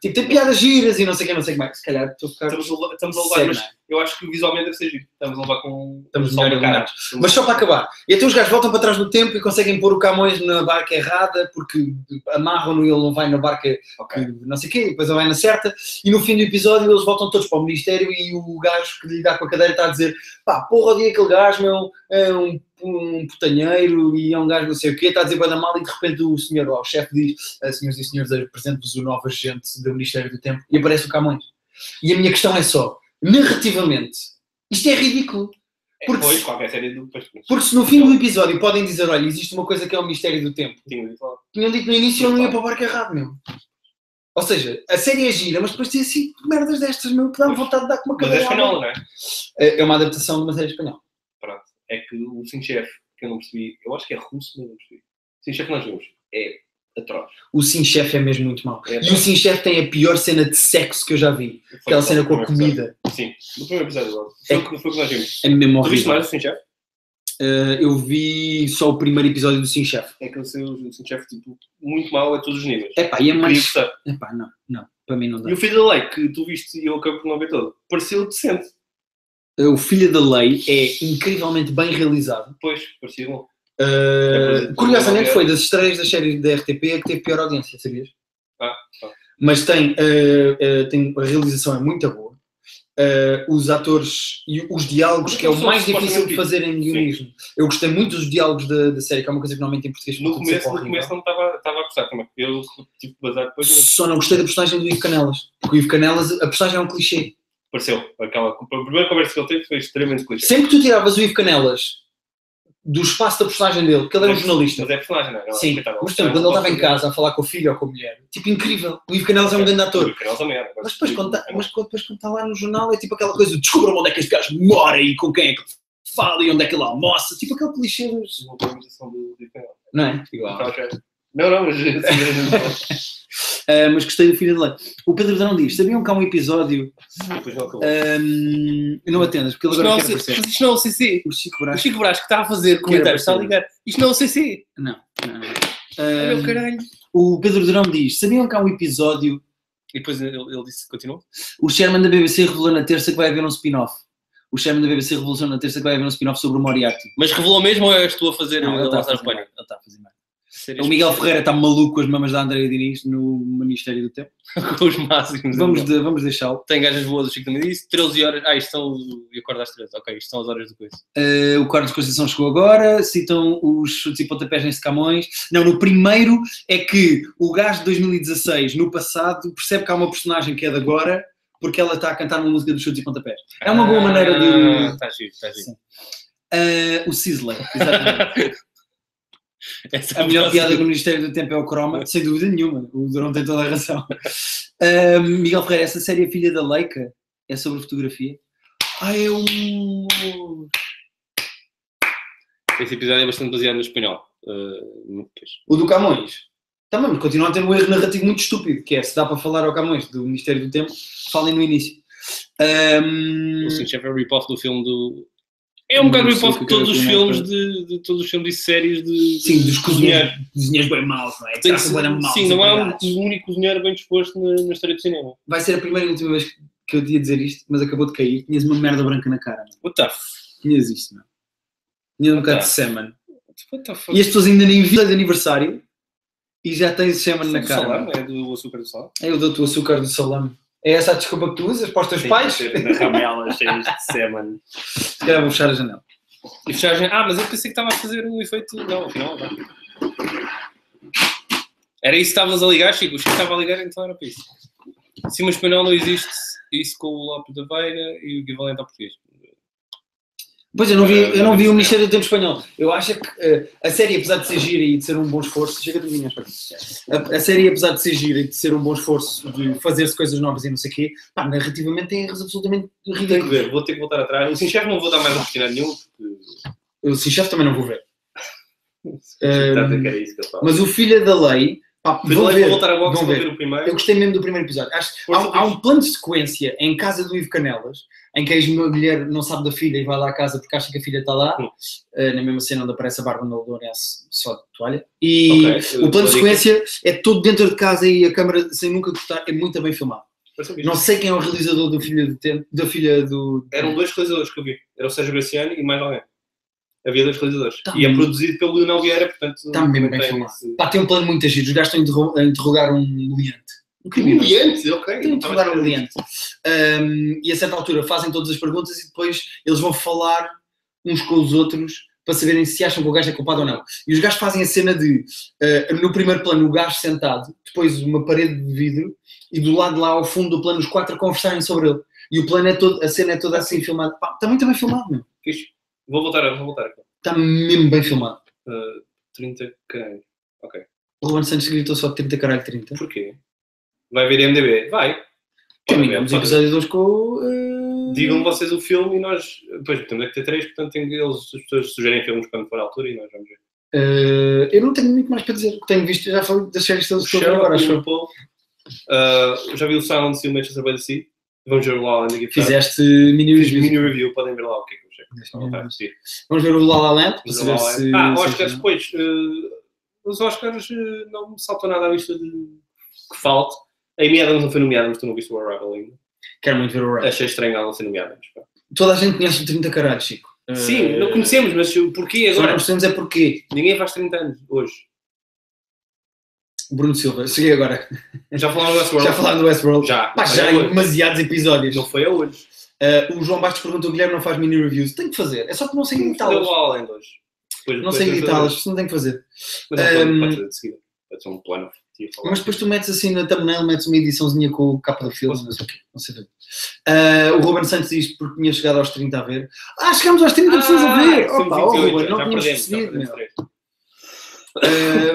[SPEAKER 2] Tipo, tem piadas giras e não sei o que, não sei o que mais. Se calhar estou a ficar...
[SPEAKER 1] Estamos a, levar- estamos a levar,
[SPEAKER 2] Sei, não
[SPEAKER 1] mas eu acho que visualmente deve ser giro. Estamos a levar com
[SPEAKER 2] Estamos
[SPEAKER 1] só
[SPEAKER 2] melhor
[SPEAKER 1] uma cara.
[SPEAKER 2] Mas só para acabar, e então os gajos voltam para trás no tempo e conseguem pôr o Camões na barca errada porque amarram-no e ele não vai na barca que
[SPEAKER 1] Ok.
[SPEAKER 2] não sei o quê, e depois ele vai na certa. E no fim do episódio eles voltam todos para o Ministério e o gajo que lhe dá com a cadeira está a dizer: pá, porra, odia aquele gajo, meu, é um, um putanheiro e é um gajo não sei o quê, está a dizer banda mal. E de repente o senhor, ó, o chefe diz: "Ah, senhores e senhores, apresento-vos o novo agente do Ministério do Tempo e aparece o Camões. E a minha questão é só: narrativamente, isto é ridículo. Porque-
[SPEAKER 1] Depois, qualquer série do depois.
[SPEAKER 2] Porque se no fim do episódio podem dizer, olha, existe uma coisa que é o mistério do tempo,
[SPEAKER 1] um Tinha um dito lá.
[SPEAKER 2] tinham dito no início eu não ia para o barco errado, meu. Ou seja, a série é gira, mas depois tem assim merdas destas, meu, que dá
[SPEAKER 1] Pois.
[SPEAKER 2] vontade de dar com uma
[SPEAKER 1] Mas é
[SPEAKER 2] cadeira. à mão.
[SPEAKER 1] espanhola, não é?
[SPEAKER 2] É é uma adaptação de uma série espanhola.
[SPEAKER 1] É que o Sinchef, que eu não percebi, eu acho que é russo, mas não percebi. Sinchef que nós vimos é atroz.
[SPEAKER 2] O Sim Chef é mesmo muito mau.
[SPEAKER 1] É
[SPEAKER 2] E o Sim Chef tem a pior cena de sexo que eu já vi.
[SPEAKER 1] Foi
[SPEAKER 2] Aquela
[SPEAKER 1] só
[SPEAKER 2] cena
[SPEAKER 1] no
[SPEAKER 2] com a
[SPEAKER 1] primeiro
[SPEAKER 2] comida.
[SPEAKER 1] episódio. Sim, no primeiro episódio. logo. Foi o que- foi o que nós vimos.
[SPEAKER 2] É mesmo
[SPEAKER 1] Tu viste
[SPEAKER 2] horrível.
[SPEAKER 1] mais o Sinchef?
[SPEAKER 2] Eh, eu vi só o primeiro episódio do Sim Chef.
[SPEAKER 1] É que o seu o Sinchef, tipo, muito mal a todos os níveis.
[SPEAKER 2] Epá, e é
[SPEAKER 1] Queria
[SPEAKER 2] mais...
[SPEAKER 1] gostar.
[SPEAKER 2] Epá, não, não. Para mim não dá.
[SPEAKER 1] E o filho da lei que tu viste e eu acabo por não ver todo, pareceu decente.
[SPEAKER 2] Eh, O Filho da Lei é incrivelmente bem realizado.
[SPEAKER 1] Pois, parecia bom.
[SPEAKER 2] Uh,
[SPEAKER 1] É,
[SPEAKER 2] curiosamente
[SPEAKER 1] é.
[SPEAKER 2] foi das estreias das séries da RTP a que teve pior audiência, sabias?
[SPEAKER 1] Ah, tá.
[SPEAKER 2] Mas tem, uh, uh, tem- a realização é muito boa. Uh, os atores e os diálogos, que é o
[SPEAKER 1] São
[SPEAKER 2] mais difícil de
[SPEAKER 1] supostamente
[SPEAKER 2] fazer em guionismo. Eu gostei muito dos diálogos da, da série, que é uma coisa que normalmente em português
[SPEAKER 1] No
[SPEAKER 2] pode ser
[SPEAKER 1] começo, no
[SPEAKER 2] horrível.
[SPEAKER 1] começo não estava estava a gostar também. Eu tive que bazar depois, mas
[SPEAKER 2] Só não gostei da personagem do Ivo Canelas. Porque o Ivo Canelas, a personagem é um clichê.
[SPEAKER 1] pareceu. Aquela, a primeira conversa que ele teve foi extremamente clichê.
[SPEAKER 2] Sempre que tu tiravas o Ivo Canelas do espaço da personagem dele, que ele era um
[SPEAKER 1] Mas-
[SPEAKER 2] jornalista,
[SPEAKER 1] Mas é personagem, não é? Ela,
[SPEAKER 2] Sim,
[SPEAKER 1] coitada,
[SPEAKER 2] mas portanto, quando ele estava em casa a falar com o filho ou com a mulher, tipo incrível. O Ivo Canelas é um grande ator.
[SPEAKER 1] O canal também era.
[SPEAKER 2] Mas depois, quando
[SPEAKER 1] é
[SPEAKER 2] tá- mas quando- depois quando está lá no jornal é tipo aquela coisa: descubram onde é que este gajo mora e com quem é que ele fala e onde é que ele almoça. Tipo aquele clichê dos.
[SPEAKER 1] Uma organização do do canal.
[SPEAKER 2] Não é?
[SPEAKER 1] Estava a chorar. Não, não, mas. Depois
[SPEAKER 2] Ah, mas gostei do Filho de Lei. O Pedro Drão diz: sabiam que há um episódio.
[SPEAKER 1] não acabou.
[SPEAKER 2] ahm, Eh, não atendas, porque ele agora quer aparecer. tipo,
[SPEAKER 1] isto não é o CC.
[SPEAKER 2] O Chico Brás.
[SPEAKER 1] Chico Brás que está a fazer
[SPEAKER 2] comentários, está a
[SPEAKER 1] ligar. Isto não é o CC.
[SPEAKER 2] não.
[SPEAKER 1] Eh,
[SPEAKER 2] Ahm, Ah, o Pedro Drão diz: sabiam que há um episódio
[SPEAKER 1] E depois ele, ele disse, continuou?
[SPEAKER 2] O Sherman da BBC revelou na terça que vai haver um spin-off. O Sherman da BBC revelou na terça que vai haver um spin-off sobre o Moriarty.
[SPEAKER 1] Mas revelou mesmo ou és tu a fazer
[SPEAKER 2] Não,
[SPEAKER 1] o
[SPEAKER 2] ele está a
[SPEAKER 1] lançar
[SPEAKER 2] fazer
[SPEAKER 1] o pânico?
[SPEAKER 2] mal, ele está a fazer mal.
[SPEAKER 1] É
[SPEAKER 2] O Miguel Ferreira está maluco com as mamas da Andréa Diniz no Ministério do Tempo.
[SPEAKER 1] com os máximos.
[SPEAKER 2] Vamos, de- vamos deixá-lo.
[SPEAKER 1] Tem gajas boas, o Chico também disse. 13 horas. Ah, isto são. os- Eu acordo às 13. Ok, isto são as horas do coisa.
[SPEAKER 2] Eh, o Carlos Conceição chegou agora. Citam os chutes e pontapés nesse Camões. Não, no primeiro é que o gajo de 2016, no passado, percebe que há uma personagem que é de agora porque ela está a cantar uma música dos chutes e pontapés. É uma boa maneira de-
[SPEAKER 1] Está Ah, tá giro, está giro.
[SPEAKER 2] Sim. Eh, o Sisley, exatamente.
[SPEAKER 1] Essa
[SPEAKER 2] A melhor
[SPEAKER 1] frase-
[SPEAKER 2] piada do Ministério do Tempo é o Croma, sem dúvida nenhuma. O Durão tem toda a razão. Ah, Miguel Ferreira, essa série é Filha da Leica é sobre fotografia. Ai, é um.
[SPEAKER 1] Esse episódio é bastante baseado no espanhol. Uh, no português.
[SPEAKER 2] O do Camões. Também, mas continua a ter um erro narrativo muito estúpido, que é se dá para falar ao Camões do Ministério do Tempo, falem no início. Ahm,
[SPEAKER 1] o Sim Sheffield um Ripoff do filme Hum. do. É um bocado
[SPEAKER 2] Não sei
[SPEAKER 1] ripoff
[SPEAKER 2] o
[SPEAKER 1] de
[SPEAKER 2] que eu
[SPEAKER 1] todos os
[SPEAKER 2] quero
[SPEAKER 1] filmes
[SPEAKER 2] opinar,
[SPEAKER 1] de, de todos os filmes e séries de.
[SPEAKER 2] sim, dos cozinheiros.
[SPEAKER 1] cozinheiros.
[SPEAKER 2] Cozinheiros bem maus, não é?
[SPEAKER 1] Tem-
[SPEAKER 2] Tratam bué de maus
[SPEAKER 1] sim, não
[SPEAKER 2] e
[SPEAKER 1] há um,
[SPEAKER 2] cagados.
[SPEAKER 1] um único cozinheiro bem disposto na, na história do cinema.
[SPEAKER 2] Vai ser a primeira e última vez que eu te ia dizer isto, mas acabou de cair. Tinhas uma merda branca na cara. Mano.
[SPEAKER 1] What the f...
[SPEAKER 2] Tinhas isto, não? Tinhas um bocado
[SPEAKER 1] Tá.
[SPEAKER 2] de semen.
[SPEAKER 1] What the fuck?
[SPEAKER 2] E as pessoas ainda nem viram de aniversário e já tens semen
[SPEAKER 1] Isso é
[SPEAKER 2] na
[SPEAKER 1] do
[SPEAKER 2] cara.
[SPEAKER 1] salame? É do açúcar do sal?
[SPEAKER 2] Eu dou-te o açúcar do salame. É essa a desculpa que tu usas para os teus pais? Se
[SPEAKER 1] Ramelas cheias de semen.
[SPEAKER 2] calhar vou fechar a janela.
[SPEAKER 1] E fechar a janela. Ah, mas eu pensei que estava a fazer um efeito. Não, afinal. não. Era isso que estavas a ligar, Chico? O Chico estava a ligar, então era para isso. Sim, mas espanhol não existe. Isso com o Lopes da Veiga e o equivalente ao português.
[SPEAKER 2] Pois, eu não vi,
[SPEAKER 1] Eh,
[SPEAKER 2] eu
[SPEAKER 1] não
[SPEAKER 2] não vi o
[SPEAKER 1] sei.
[SPEAKER 2] Ministério do Tempo Espanhol. Eu acho é que eh, a série, apesar de ser gira e de ser um bom esforço, chega de mim, acho que- a, a série, apesar de ser gira e de ser um bom esforço de fazer-se coisas novas e não sei o quê, pá, narrativamente tem erros absolutamente
[SPEAKER 1] Tenho que
[SPEAKER 2] ridículos.
[SPEAKER 1] ver, vou ter que voltar atrás. O Sinchef não vou dar mais oportunidade nenhuma, porque
[SPEAKER 2] Eu, sim, chefe, também não vou ver. Eh,
[SPEAKER 1] está a dizer que era isso que eu estava.
[SPEAKER 2] mas o Filho da Lei, pá,
[SPEAKER 1] Mas é vou
[SPEAKER 2] vão ver,
[SPEAKER 1] voltar a boxe
[SPEAKER 2] vão
[SPEAKER 1] para
[SPEAKER 2] ver.
[SPEAKER 1] ver o
[SPEAKER 2] Eu
[SPEAKER 1] primeiro.
[SPEAKER 2] gostei mesmo do primeiro episódio. Acho- há,
[SPEAKER 1] Força,
[SPEAKER 2] há um plano de sequência em casa do Ivo Canelas, em que a ex-mulher não sabe da filha e vai lá à casa porque acha que a filha está lá,
[SPEAKER 1] Hum.
[SPEAKER 2] eh, na mesma cena onde aparece a Bárbara Lourenço é só de toalha. E
[SPEAKER 1] Ok,
[SPEAKER 2] o plano de
[SPEAKER 1] eu- eu-
[SPEAKER 2] sequência é todo dentro de casa e a câmara, sem nunca cortar, é muito bem filmado. Não sei quem é o realizador do filho do Tempo- da filha do...
[SPEAKER 1] Eram dois realizadores que eu vi. Era o Sérgio Graciano e mais alguém. Havia dois realizadores.
[SPEAKER 2] Tá
[SPEAKER 1] e é
[SPEAKER 2] muito-
[SPEAKER 1] produzido pelo Leonel Vieira, portanto...
[SPEAKER 2] Está mesmo
[SPEAKER 1] não
[SPEAKER 2] bem
[SPEAKER 1] tem
[SPEAKER 2] filmado.
[SPEAKER 1] esse-
[SPEAKER 2] Pá, tem um plano muito giro. Os gajos estão a interro- a interrogar um cliente. Um criminoso.
[SPEAKER 1] Humilhante, ok.
[SPEAKER 2] Tem de rodar o cliente. Um, e a certa altura fazem todas as perguntas e depois eles vão falar uns com os outros para saberem se acham que o gajo é culpado ou não. E os gajos fazem a cena de, uh, no primeiro plano, o gajo sentado, depois uma parede de vidro e do lado lá ao fundo do plano os quatro a conversarem sobre ele. E o plano é todo, a cena é toda assim filmada. Pá, está muito bem filmado, meu.
[SPEAKER 1] Fixe. Vou voltar, a- vou voltar aqui.
[SPEAKER 2] Está mesmo bem filmado.
[SPEAKER 1] Uh, 30 caralho.
[SPEAKER 2] O Ruben Santos gritou só 30 caralho 30.
[SPEAKER 1] Porquê? Vai ver MDB? Vai. Pode ver,
[SPEAKER 2] Terminamos o
[SPEAKER 1] pode ver.
[SPEAKER 2] episódio 2 com o... uh,
[SPEAKER 1] Digam vocês o filme e nós... Pois, temos é que ter três, portanto tem que eles, as pessoas sugerem filmes quando for a altura e nós vamos ver.
[SPEAKER 2] Uh, eu não tenho muito mais para dizer. O que Tenho visto, já falei das séries que
[SPEAKER 1] O
[SPEAKER 2] estou a ver agora, acho eu.
[SPEAKER 1] Sherlock, o Liverpool. Uh, já vi o Sound e o Manchester by the Sea. Vamos ver o La La Land aqui. portanto.
[SPEAKER 2] Fizeste mini
[SPEAKER 1] Fiz
[SPEAKER 2] review.
[SPEAKER 1] mini review, podem ver lá o que é que eu achei. Vou voltar a assistir.
[SPEAKER 2] Vamos ver o La La Land para
[SPEAKER 1] Mas
[SPEAKER 2] saber
[SPEAKER 1] lá é.
[SPEAKER 2] se.
[SPEAKER 1] ah,
[SPEAKER 2] se-
[SPEAKER 1] Oscars, pois. eh, os Oscars eh, não me saltou nada à vista de que falte. A Amy Adams não foi nomeada, mas tu não viste o Arrival ainda.
[SPEAKER 2] Quero muito ver o Rap.
[SPEAKER 1] Achei estranho ela não ser nomeada. Mas, pá.
[SPEAKER 2] Toda a gente conhece o 30 caralhos, Chico.
[SPEAKER 1] Sim, não conhecemos, mas o porquê
[SPEAKER 2] Só não
[SPEAKER 1] agora?
[SPEAKER 2] percebemos é porquê.
[SPEAKER 1] Ninguém faz 30 anos hoje.
[SPEAKER 2] Bruno Silva, cheguei agora.
[SPEAKER 1] Já falaram do Westworld?
[SPEAKER 2] Já falaram do Westworld.
[SPEAKER 1] Já.
[SPEAKER 2] Pá,
[SPEAKER 1] Não foi
[SPEAKER 2] já
[SPEAKER 1] a
[SPEAKER 2] em
[SPEAKER 1] hoje.
[SPEAKER 2] demasiados episódios.
[SPEAKER 1] Não foi a hoje.
[SPEAKER 2] Uh, o João Bastos perguntou: o Guilherme não faz mini reviews. Tem que fazer. É só que não sei
[SPEAKER 1] Deu
[SPEAKER 2] gritá-las.
[SPEAKER 1] La La Land hoje. Depois-
[SPEAKER 2] Não
[SPEAKER 1] depois
[SPEAKER 2] sei
[SPEAKER 1] das
[SPEAKER 2] gritá-las,
[SPEAKER 1] outras.
[SPEAKER 2] isso não tem que fazer.
[SPEAKER 1] Mas é um plano
[SPEAKER 2] Ehm,
[SPEAKER 1] para fazer de seguida. Pode ser um plano. que ia falar.
[SPEAKER 2] Mas depois tu metes assim na thumbnail, metes uma ediçãozinha com o capa do filme, não sei o quê. Não sei bem. Ah, o Ruben Santos diz porque tinha chegado aos 30 a ver. Ah, chegámos aos 30 pessoas a ver!
[SPEAKER 1] somos
[SPEAKER 2] Opa, oh,
[SPEAKER 1] 28,
[SPEAKER 2] Ruben,
[SPEAKER 1] já
[SPEAKER 2] não
[SPEAKER 1] perdemos,
[SPEAKER 2] tínhamos
[SPEAKER 1] já
[SPEAKER 2] percebido,
[SPEAKER 1] perdemos
[SPEAKER 2] meu.
[SPEAKER 1] três.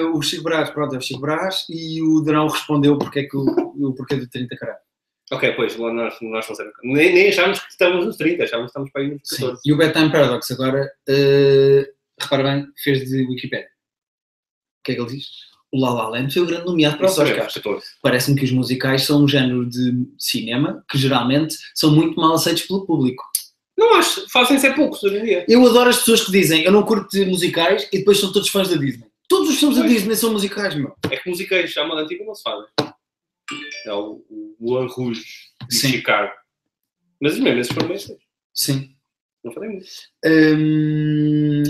[SPEAKER 2] Ah, o Chico Brás, pronto, é o Chico Brás. E o Drão respondeu porque é que o, o porquê do 30 caralho.
[SPEAKER 1] Ok, pois, lá nós, nós não sabemos. Nem, nem achámos que estamos nos 30, achámos que estamos para aí nos
[SPEAKER 2] Sim.
[SPEAKER 1] 14.
[SPEAKER 2] E o Bedtime Paradox agora, ah, repara bem, fez de Wikipedia. O que é que ele diz? O La La Land foi o grande nomeado
[SPEAKER 1] é
[SPEAKER 2] para os Oscars.
[SPEAKER 1] 14.
[SPEAKER 2] Parece-me que os musicais são um género de cinema que geralmente são muito mal aceitos pelo público.
[SPEAKER 1] Não acho, fazem-se é poucos hoje em dia.
[SPEAKER 2] Eu adoro as pessoas que dizem eu não curto de musicais e depois são todos fãs da Disney. Todos os filmes da
[SPEAKER 1] Pois.
[SPEAKER 2] Disney são musicais, meu.
[SPEAKER 1] É que musicais à moda antiga não se fazem. É o, o Moulin Rouge de
[SPEAKER 2] Sim.
[SPEAKER 1] Chicago. Mas mesmo esses foram bem feitos.
[SPEAKER 2] Sim.
[SPEAKER 1] Não fazem muito.
[SPEAKER 2] Hum,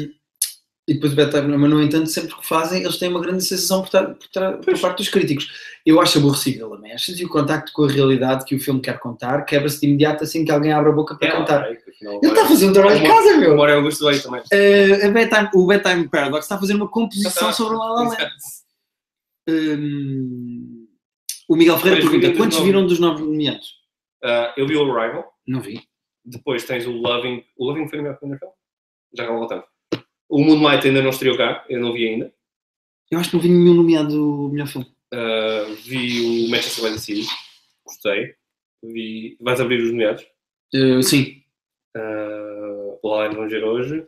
[SPEAKER 2] e depois o Bad Time, mas no entanto, sempre que o fazem, eles têm uma grande sensação por, tra- por tra- por parte dos críticos. Eu acho aborrecido a Mechas e o contacto com a realidade que o filme quer contar quebra-se de imediato assim que alguém abre a boca para
[SPEAKER 1] É,
[SPEAKER 2] contar.
[SPEAKER 1] ok, afinal,
[SPEAKER 2] Ele está a
[SPEAKER 1] agora-
[SPEAKER 2] fazer um trabalho de
[SPEAKER 1] Agora-
[SPEAKER 2] casa, meu.
[SPEAKER 1] Agora é o gosto do também.
[SPEAKER 2] Eh, a Bad Time- o Bad Time Paradox está a fazer uma composição
[SPEAKER 1] Tá.
[SPEAKER 2] sobre o La La Land. Hum, o Miguel Ferreira
[SPEAKER 1] Pois,
[SPEAKER 2] pergunta:
[SPEAKER 1] viram dos
[SPEAKER 2] quantos
[SPEAKER 1] nove?
[SPEAKER 2] viram dos nove nomeados?
[SPEAKER 1] Ah, eu vi o Arrival,
[SPEAKER 2] Não vi.
[SPEAKER 1] depois tens o Loving. O Loving foi o meu primeiro filme? Já cá voltamos. O Moonlight ainda não estreou cá, eu não vi ainda.
[SPEAKER 2] Eu acho que não vi nenhum nomeado do melhor filme.
[SPEAKER 1] Ah, Uh, vi o Manchester by the Sea, gostei. Vi... Vais abrir os nomeados?
[SPEAKER 2] Eh, sim.
[SPEAKER 1] Ah, lá ainda vamos ver hoje.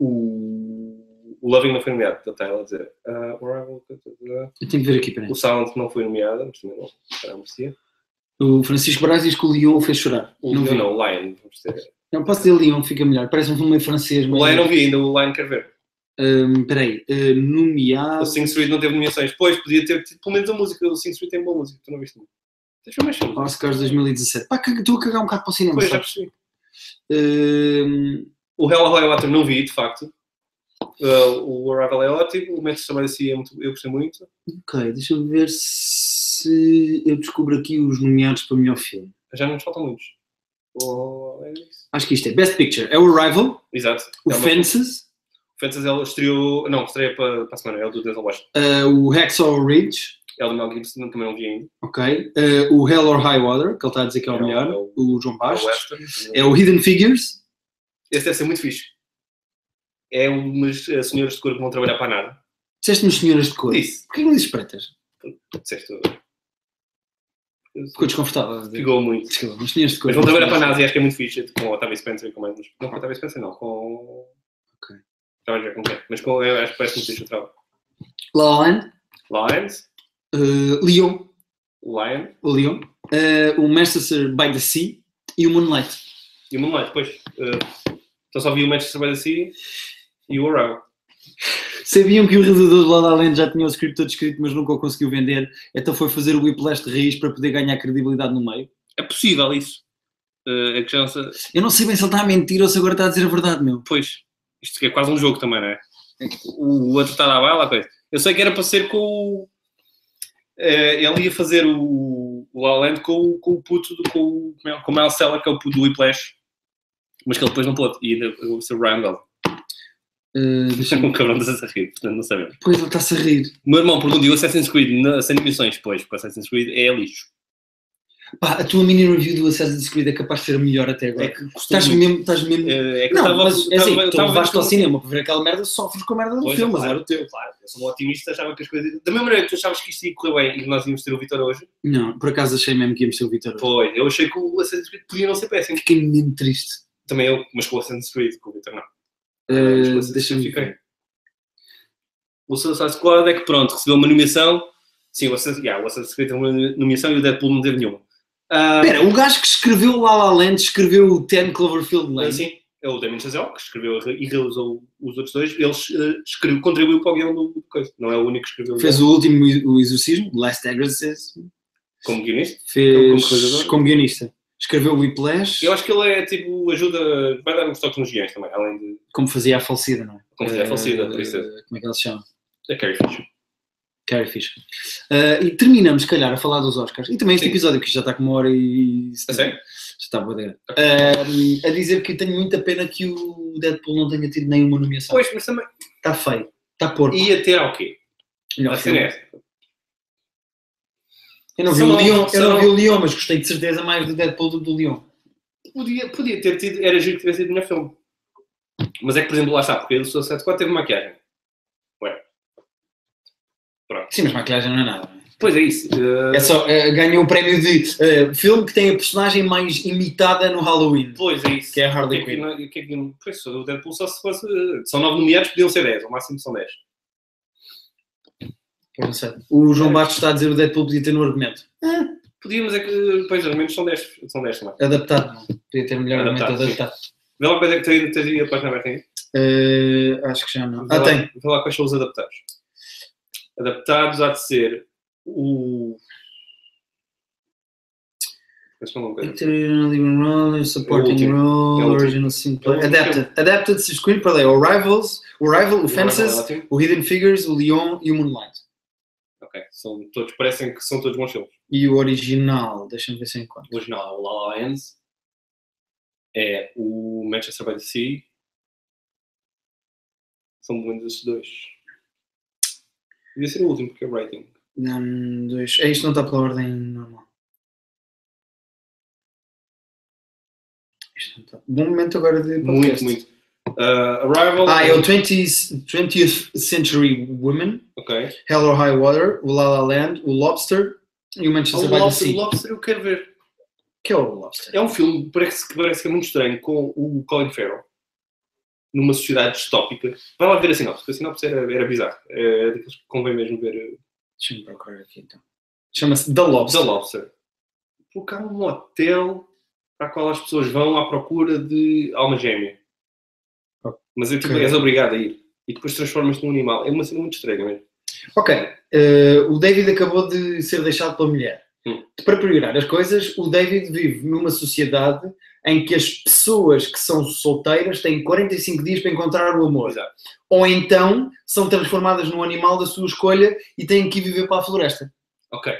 [SPEAKER 1] O, o Loving não foi nomeado, então está ela a dizer. Ah, Arrival, tá, tá, tá.
[SPEAKER 2] Eu tenho que ver aqui, peraí.
[SPEAKER 1] o Silent não foi nomeado, mas também não será merecia.
[SPEAKER 2] O Francisco Braz diz que o Lyon o fez chorar.
[SPEAKER 1] O
[SPEAKER 2] não,
[SPEAKER 1] não,
[SPEAKER 2] vi.
[SPEAKER 1] não, o Lion, vamos dizer.
[SPEAKER 2] Não, posso dizer Lyon, fica melhor. Parece um filme meio francês.
[SPEAKER 1] O Lion não vi ainda, o Lion quer ver.
[SPEAKER 2] Hum, peraí. Eh,
[SPEAKER 1] O
[SPEAKER 2] nomeado.
[SPEAKER 1] Sing Street não teve nomeações. Pois, podia ter tido pelo menos a música. O Sing Street tem boa música, tu não viste muito. Deixa eu mais filmes.
[SPEAKER 2] Oscars 2017. Pá, que- estou a cagar um bocado para o cinema,
[SPEAKER 1] Pois, já
[SPEAKER 2] sabes?
[SPEAKER 1] percebi.
[SPEAKER 2] Hum,
[SPEAKER 1] O Hell High Water não vi, de facto. Ah, o Arrival é ótimo, o Metro também assim é muito, eu gostei muito.
[SPEAKER 2] ok, deixa eu ver se eu descubro aqui os nomeados para o melhor filme.
[SPEAKER 1] Já não nos faltam muitos. Oh, é isso.
[SPEAKER 2] Acho que isto é Best Picture. É o Arrival,
[SPEAKER 1] Exato.
[SPEAKER 2] o
[SPEAKER 1] É uma-
[SPEAKER 2] Fences,
[SPEAKER 1] O Fences ele estreou. Não, estreia para, para a semana, é o do Denzel Washington.
[SPEAKER 2] eh, o Hacksaw Ridge,
[SPEAKER 1] É o do Mel Gibson, também não vi ainda.
[SPEAKER 2] ok, eh, o Hell or High Water, que ele está a dizer que é o
[SPEAKER 1] É o-
[SPEAKER 2] melhor,
[SPEAKER 1] é o-
[SPEAKER 2] o João
[SPEAKER 1] É o
[SPEAKER 2] Bastos.
[SPEAKER 1] Western.
[SPEAKER 2] É o Hidden Figures,
[SPEAKER 1] Esse deve ser muito fixe. É umas eh, senhoras de cor que não trabalhar para nada.
[SPEAKER 2] disseste-nos Senhoras de Cor.
[SPEAKER 1] Disse.
[SPEAKER 2] Porquê não dizes pretas?
[SPEAKER 1] Disseste. Eu-
[SPEAKER 2] Ficou desconfortável.
[SPEAKER 1] Ficou muito.
[SPEAKER 2] Desculpa, mas Senhoras de Cor.
[SPEAKER 1] Mas não trabalhar para nada e acho que é muito fixe com o Otávio Spencer e com mais. Não com o Otávio Spencer, não. Com.
[SPEAKER 2] Ok.
[SPEAKER 1] Trabalho com quem? Mas com. Eu acho que parece muito fixe o trabalho.
[SPEAKER 2] La La Land,
[SPEAKER 1] Lions.
[SPEAKER 2] eh, Lyon,
[SPEAKER 1] Lion.
[SPEAKER 2] o Lyon, eh, o Manchester by the Sea e o Moonlight.
[SPEAKER 1] E o Moonlight, depois. Então só vi o Manchester by the Sea e o Arrival.
[SPEAKER 2] Sabiam que o realizador de La La Land já tinha o script todo escrito, mas nunca o conseguiu vender, então foi fazer o Whiplash de raiz para poder ganhar credibilidade no meio.
[SPEAKER 1] É possível isso. Eh, é que já não sei.
[SPEAKER 2] Eu não sei bem se ele está a mentir ou se agora está a dizer a verdade, meu.
[SPEAKER 1] Pois, isto é quase um jogo também, não é? O outro tá está na bala, a coisa. Eu sei que era para ser com o. eh, ele ia fazer o, o La La Land com, o- com o puto, do, com, o, como é- com o Miles Seller, que é o puto do Whiplash. Mas que ele depois não pôde. E ainda vai ser o Ryan Gosling.
[SPEAKER 2] Eh,
[SPEAKER 1] [laughs]
[SPEAKER 2] deixa-
[SPEAKER 1] Com o cabrão das a rir, portanto não sabemos.
[SPEAKER 2] Pois ele está-se a rir.
[SPEAKER 1] O meu irmão perguntou: e o Assassin's Creed na, sem dimensões? Pois, porque o Assassin's Creed é lixo.
[SPEAKER 2] Pá, a tua mini review do Assassin's Creed é capaz de ser a melhor até
[SPEAKER 1] É
[SPEAKER 2] agora.
[SPEAKER 1] que custou
[SPEAKER 2] Estás
[SPEAKER 1] muito.
[SPEAKER 2] mesmo. Estás mesmo...
[SPEAKER 1] Eh, é que eu
[SPEAKER 2] Não,
[SPEAKER 1] estava-
[SPEAKER 2] mas é
[SPEAKER 1] estava-
[SPEAKER 2] assim,
[SPEAKER 1] eu
[SPEAKER 2] tu
[SPEAKER 1] estava a ver
[SPEAKER 2] levaste ao
[SPEAKER 1] filme-
[SPEAKER 2] cinema para ver aquela merda, sofres com a merda do
[SPEAKER 1] Pois, é,
[SPEAKER 2] filme,
[SPEAKER 1] claro,
[SPEAKER 2] mas era o teu.
[SPEAKER 1] Claro, eu sou um otimista, achava que as coisas. Da mesma maneira que tu achavas que isto ia correr bem e que nós íamos ter o Vitor hoje,
[SPEAKER 2] Não, por acaso achei mesmo que íamos ser o Vitor.
[SPEAKER 1] pois, eu achei que o Assassin's Creed podia não ser péssimo.
[SPEAKER 2] Fiquei mesmo triste.
[SPEAKER 1] Também eu, mas com o Assassin's Creed, com o Vitor não. Ah, Mas com o
[SPEAKER 2] Eh,
[SPEAKER 1] Assassin's
[SPEAKER 2] Deixa-me
[SPEAKER 1] Creed
[SPEAKER 2] ver.
[SPEAKER 1] fiquei. O Suicide Squad é que pronto, recebeu uma nomeação. Sim, o Assassin's, yeah, o Assassin's Creed teve uma nomeação e o Deadpool não teve nenhuma. Ah,
[SPEAKER 2] Espera, o gajo que escreveu La La Land escreveu o 10 Cloverfield Lane.
[SPEAKER 1] mas sim, é o Damien Chazelle, que escreveu e realizou os outros dois. Ele eh, escreveu, contribuiu para o guião do do coisa. Não é o único que escreveu o guião.
[SPEAKER 2] Fez o último ex- o exorcismo, Last Exorcism.
[SPEAKER 1] como guionista. Como- como
[SPEAKER 2] Fez
[SPEAKER 1] realizador?
[SPEAKER 2] como, guionista. Escreveu o Whiplash,
[SPEAKER 1] Eu acho que ele é tipo, ajuda, vai dar uns toques nos guiões também, além de
[SPEAKER 2] como fazia a falecida, não é?
[SPEAKER 1] Como fazia a
[SPEAKER 2] Eh,
[SPEAKER 1] falecida, por isso é.
[SPEAKER 2] Como é que ela se chama?
[SPEAKER 1] da Carrie Fisher.
[SPEAKER 2] Carrie Fisher. Eh, e terminamos, se calhar, a falar dos Oscars. E também este
[SPEAKER 1] Sim. Ah,
[SPEAKER 2] episódio, que já está com uma hora e...
[SPEAKER 1] A sério?
[SPEAKER 2] Já está boa ideia. Eh, a dizer que tenho muita pena que o Deadpool não tenha tido nenhuma nomeação.
[SPEAKER 1] Pois, mas também
[SPEAKER 2] Está feio. Está porco.
[SPEAKER 1] ia ter ao quê?
[SPEAKER 2] Melhor
[SPEAKER 1] A
[SPEAKER 2] filme.
[SPEAKER 1] cena é essa.
[SPEAKER 2] Eu não vi
[SPEAKER 1] Só-
[SPEAKER 2] o Leon, eu
[SPEAKER 1] só-
[SPEAKER 2] não vi o Leon, mas gostei de certeza mais do Deadpool do que do Leon.
[SPEAKER 1] Podia, podia ter tido, era giro que tivesse sido melhor filme. Mas é que, por exemplo, lá está, porque ele Suicide Squad teve maquiagem.
[SPEAKER 2] Sim, mas maquilhagem não é nada. não é?
[SPEAKER 1] Pois é isso. eh,
[SPEAKER 2] É só, eh, ganhou o prémio de eh, filme que tem a personagem mais imitada no Halloween,
[SPEAKER 1] Pois é isso.
[SPEAKER 2] que é a
[SPEAKER 1] O que é
[SPEAKER 2] Harley
[SPEAKER 1] que
[SPEAKER 2] Quinn.
[SPEAKER 1] não- o que é que não- Pois, o Deadpool só se fosse. eh, São nove nomeados, podiam ser 10, ao máximo são 10.
[SPEAKER 2] Eu não sei. O João Bastos está a dizer o Deadpool podia ter no argumento.
[SPEAKER 1] Podia, mas é que, pois, ao menos são 10, são 10 também.
[SPEAKER 2] Adaptado, não. Podia ter melhor argumento
[SPEAKER 1] Adaptado, sim.
[SPEAKER 2] adaptado.
[SPEAKER 1] Vê lá quais é que tens, tens aí a página aberta aí.
[SPEAKER 2] Eh, acho que já não.
[SPEAKER 1] Vê
[SPEAKER 2] Ah,
[SPEAKER 1] lá-
[SPEAKER 2] tem.
[SPEAKER 1] Vê lá quais são os adaptados. Adaptados há de ser o. Mas não lembro.
[SPEAKER 2] Interior Leading Role, Supporting
[SPEAKER 1] último.
[SPEAKER 2] Role,
[SPEAKER 1] É o último.
[SPEAKER 2] Original Screenplay.
[SPEAKER 1] É o último. É
[SPEAKER 2] Adapted. Adapted se Screenplay. é O Rivals, o Rival, o Fences, o Hidden Figures, o Leon e o Moonlight.
[SPEAKER 1] Ok, são todos, parecem que são todos bons filmes.
[SPEAKER 2] E o original, deixa-me ver se eu encontro.
[SPEAKER 1] Hoje não, é o La La Land, é o Manchester by the Sea. São bons esses dois. Devia ser o último, porque é o Writing.
[SPEAKER 2] Um, dois. É, isto não está pela ordem normal. Isto não está. Bom momento agora de
[SPEAKER 1] Muito,
[SPEAKER 2] podcast.
[SPEAKER 1] muito. Ah, Arrival.
[SPEAKER 2] Ah, é o 20th, 20th Century Women,
[SPEAKER 1] Ok.
[SPEAKER 2] Hell or High Water, o La La Land, o Lobster e o
[SPEAKER 1] Ah, o
[SPEAKER 2] Manchester by the
[SPEAKER 1] Lobster, o
[SPEAKER 2] Sea.
[SPEAKER 1] Lobster eu quero ver.
[SPEAKER 2] que é o Lobster.
[SPEAKER 1] É um filme que parece, que parece que é muito estranho com o Colin Farrell numa sociedade distópica. Vai lá ver a sinopse, porque a sinopse era, era bizarro. É daqueles que convém mesmo ver.
[SPEAKER 2] Deixa-me procurar aqui então. Chama-se The Lobster.
[SPEAKER 1] The Lobster. Porque há um hotel para o qual as pessoas vão à procura de alma gêmea. Mas é tipo,
[SPEAKER 2] Ok.
[SPEAKER 1] és obrigado a ir. E depois transformas-te num animal. É uma cena muito estranha mesmo.
[SPEAKER 2] Ok, eh, o David acabou de ser deixado pela mulher.
[SPEAKER 1] Hum.
[SPEAKER 2] Para piorar as coisas, o David vive numa sociedade em que as pessoas que são solteiras têm 45 dias para encontrar o amor.
[SPEAKER 1] Exato.
[SPEAKER 2] Ou então são transformadas num animal da sua escolha e têm que ir viver para a floresta.
[SPEAKER 1] Ok.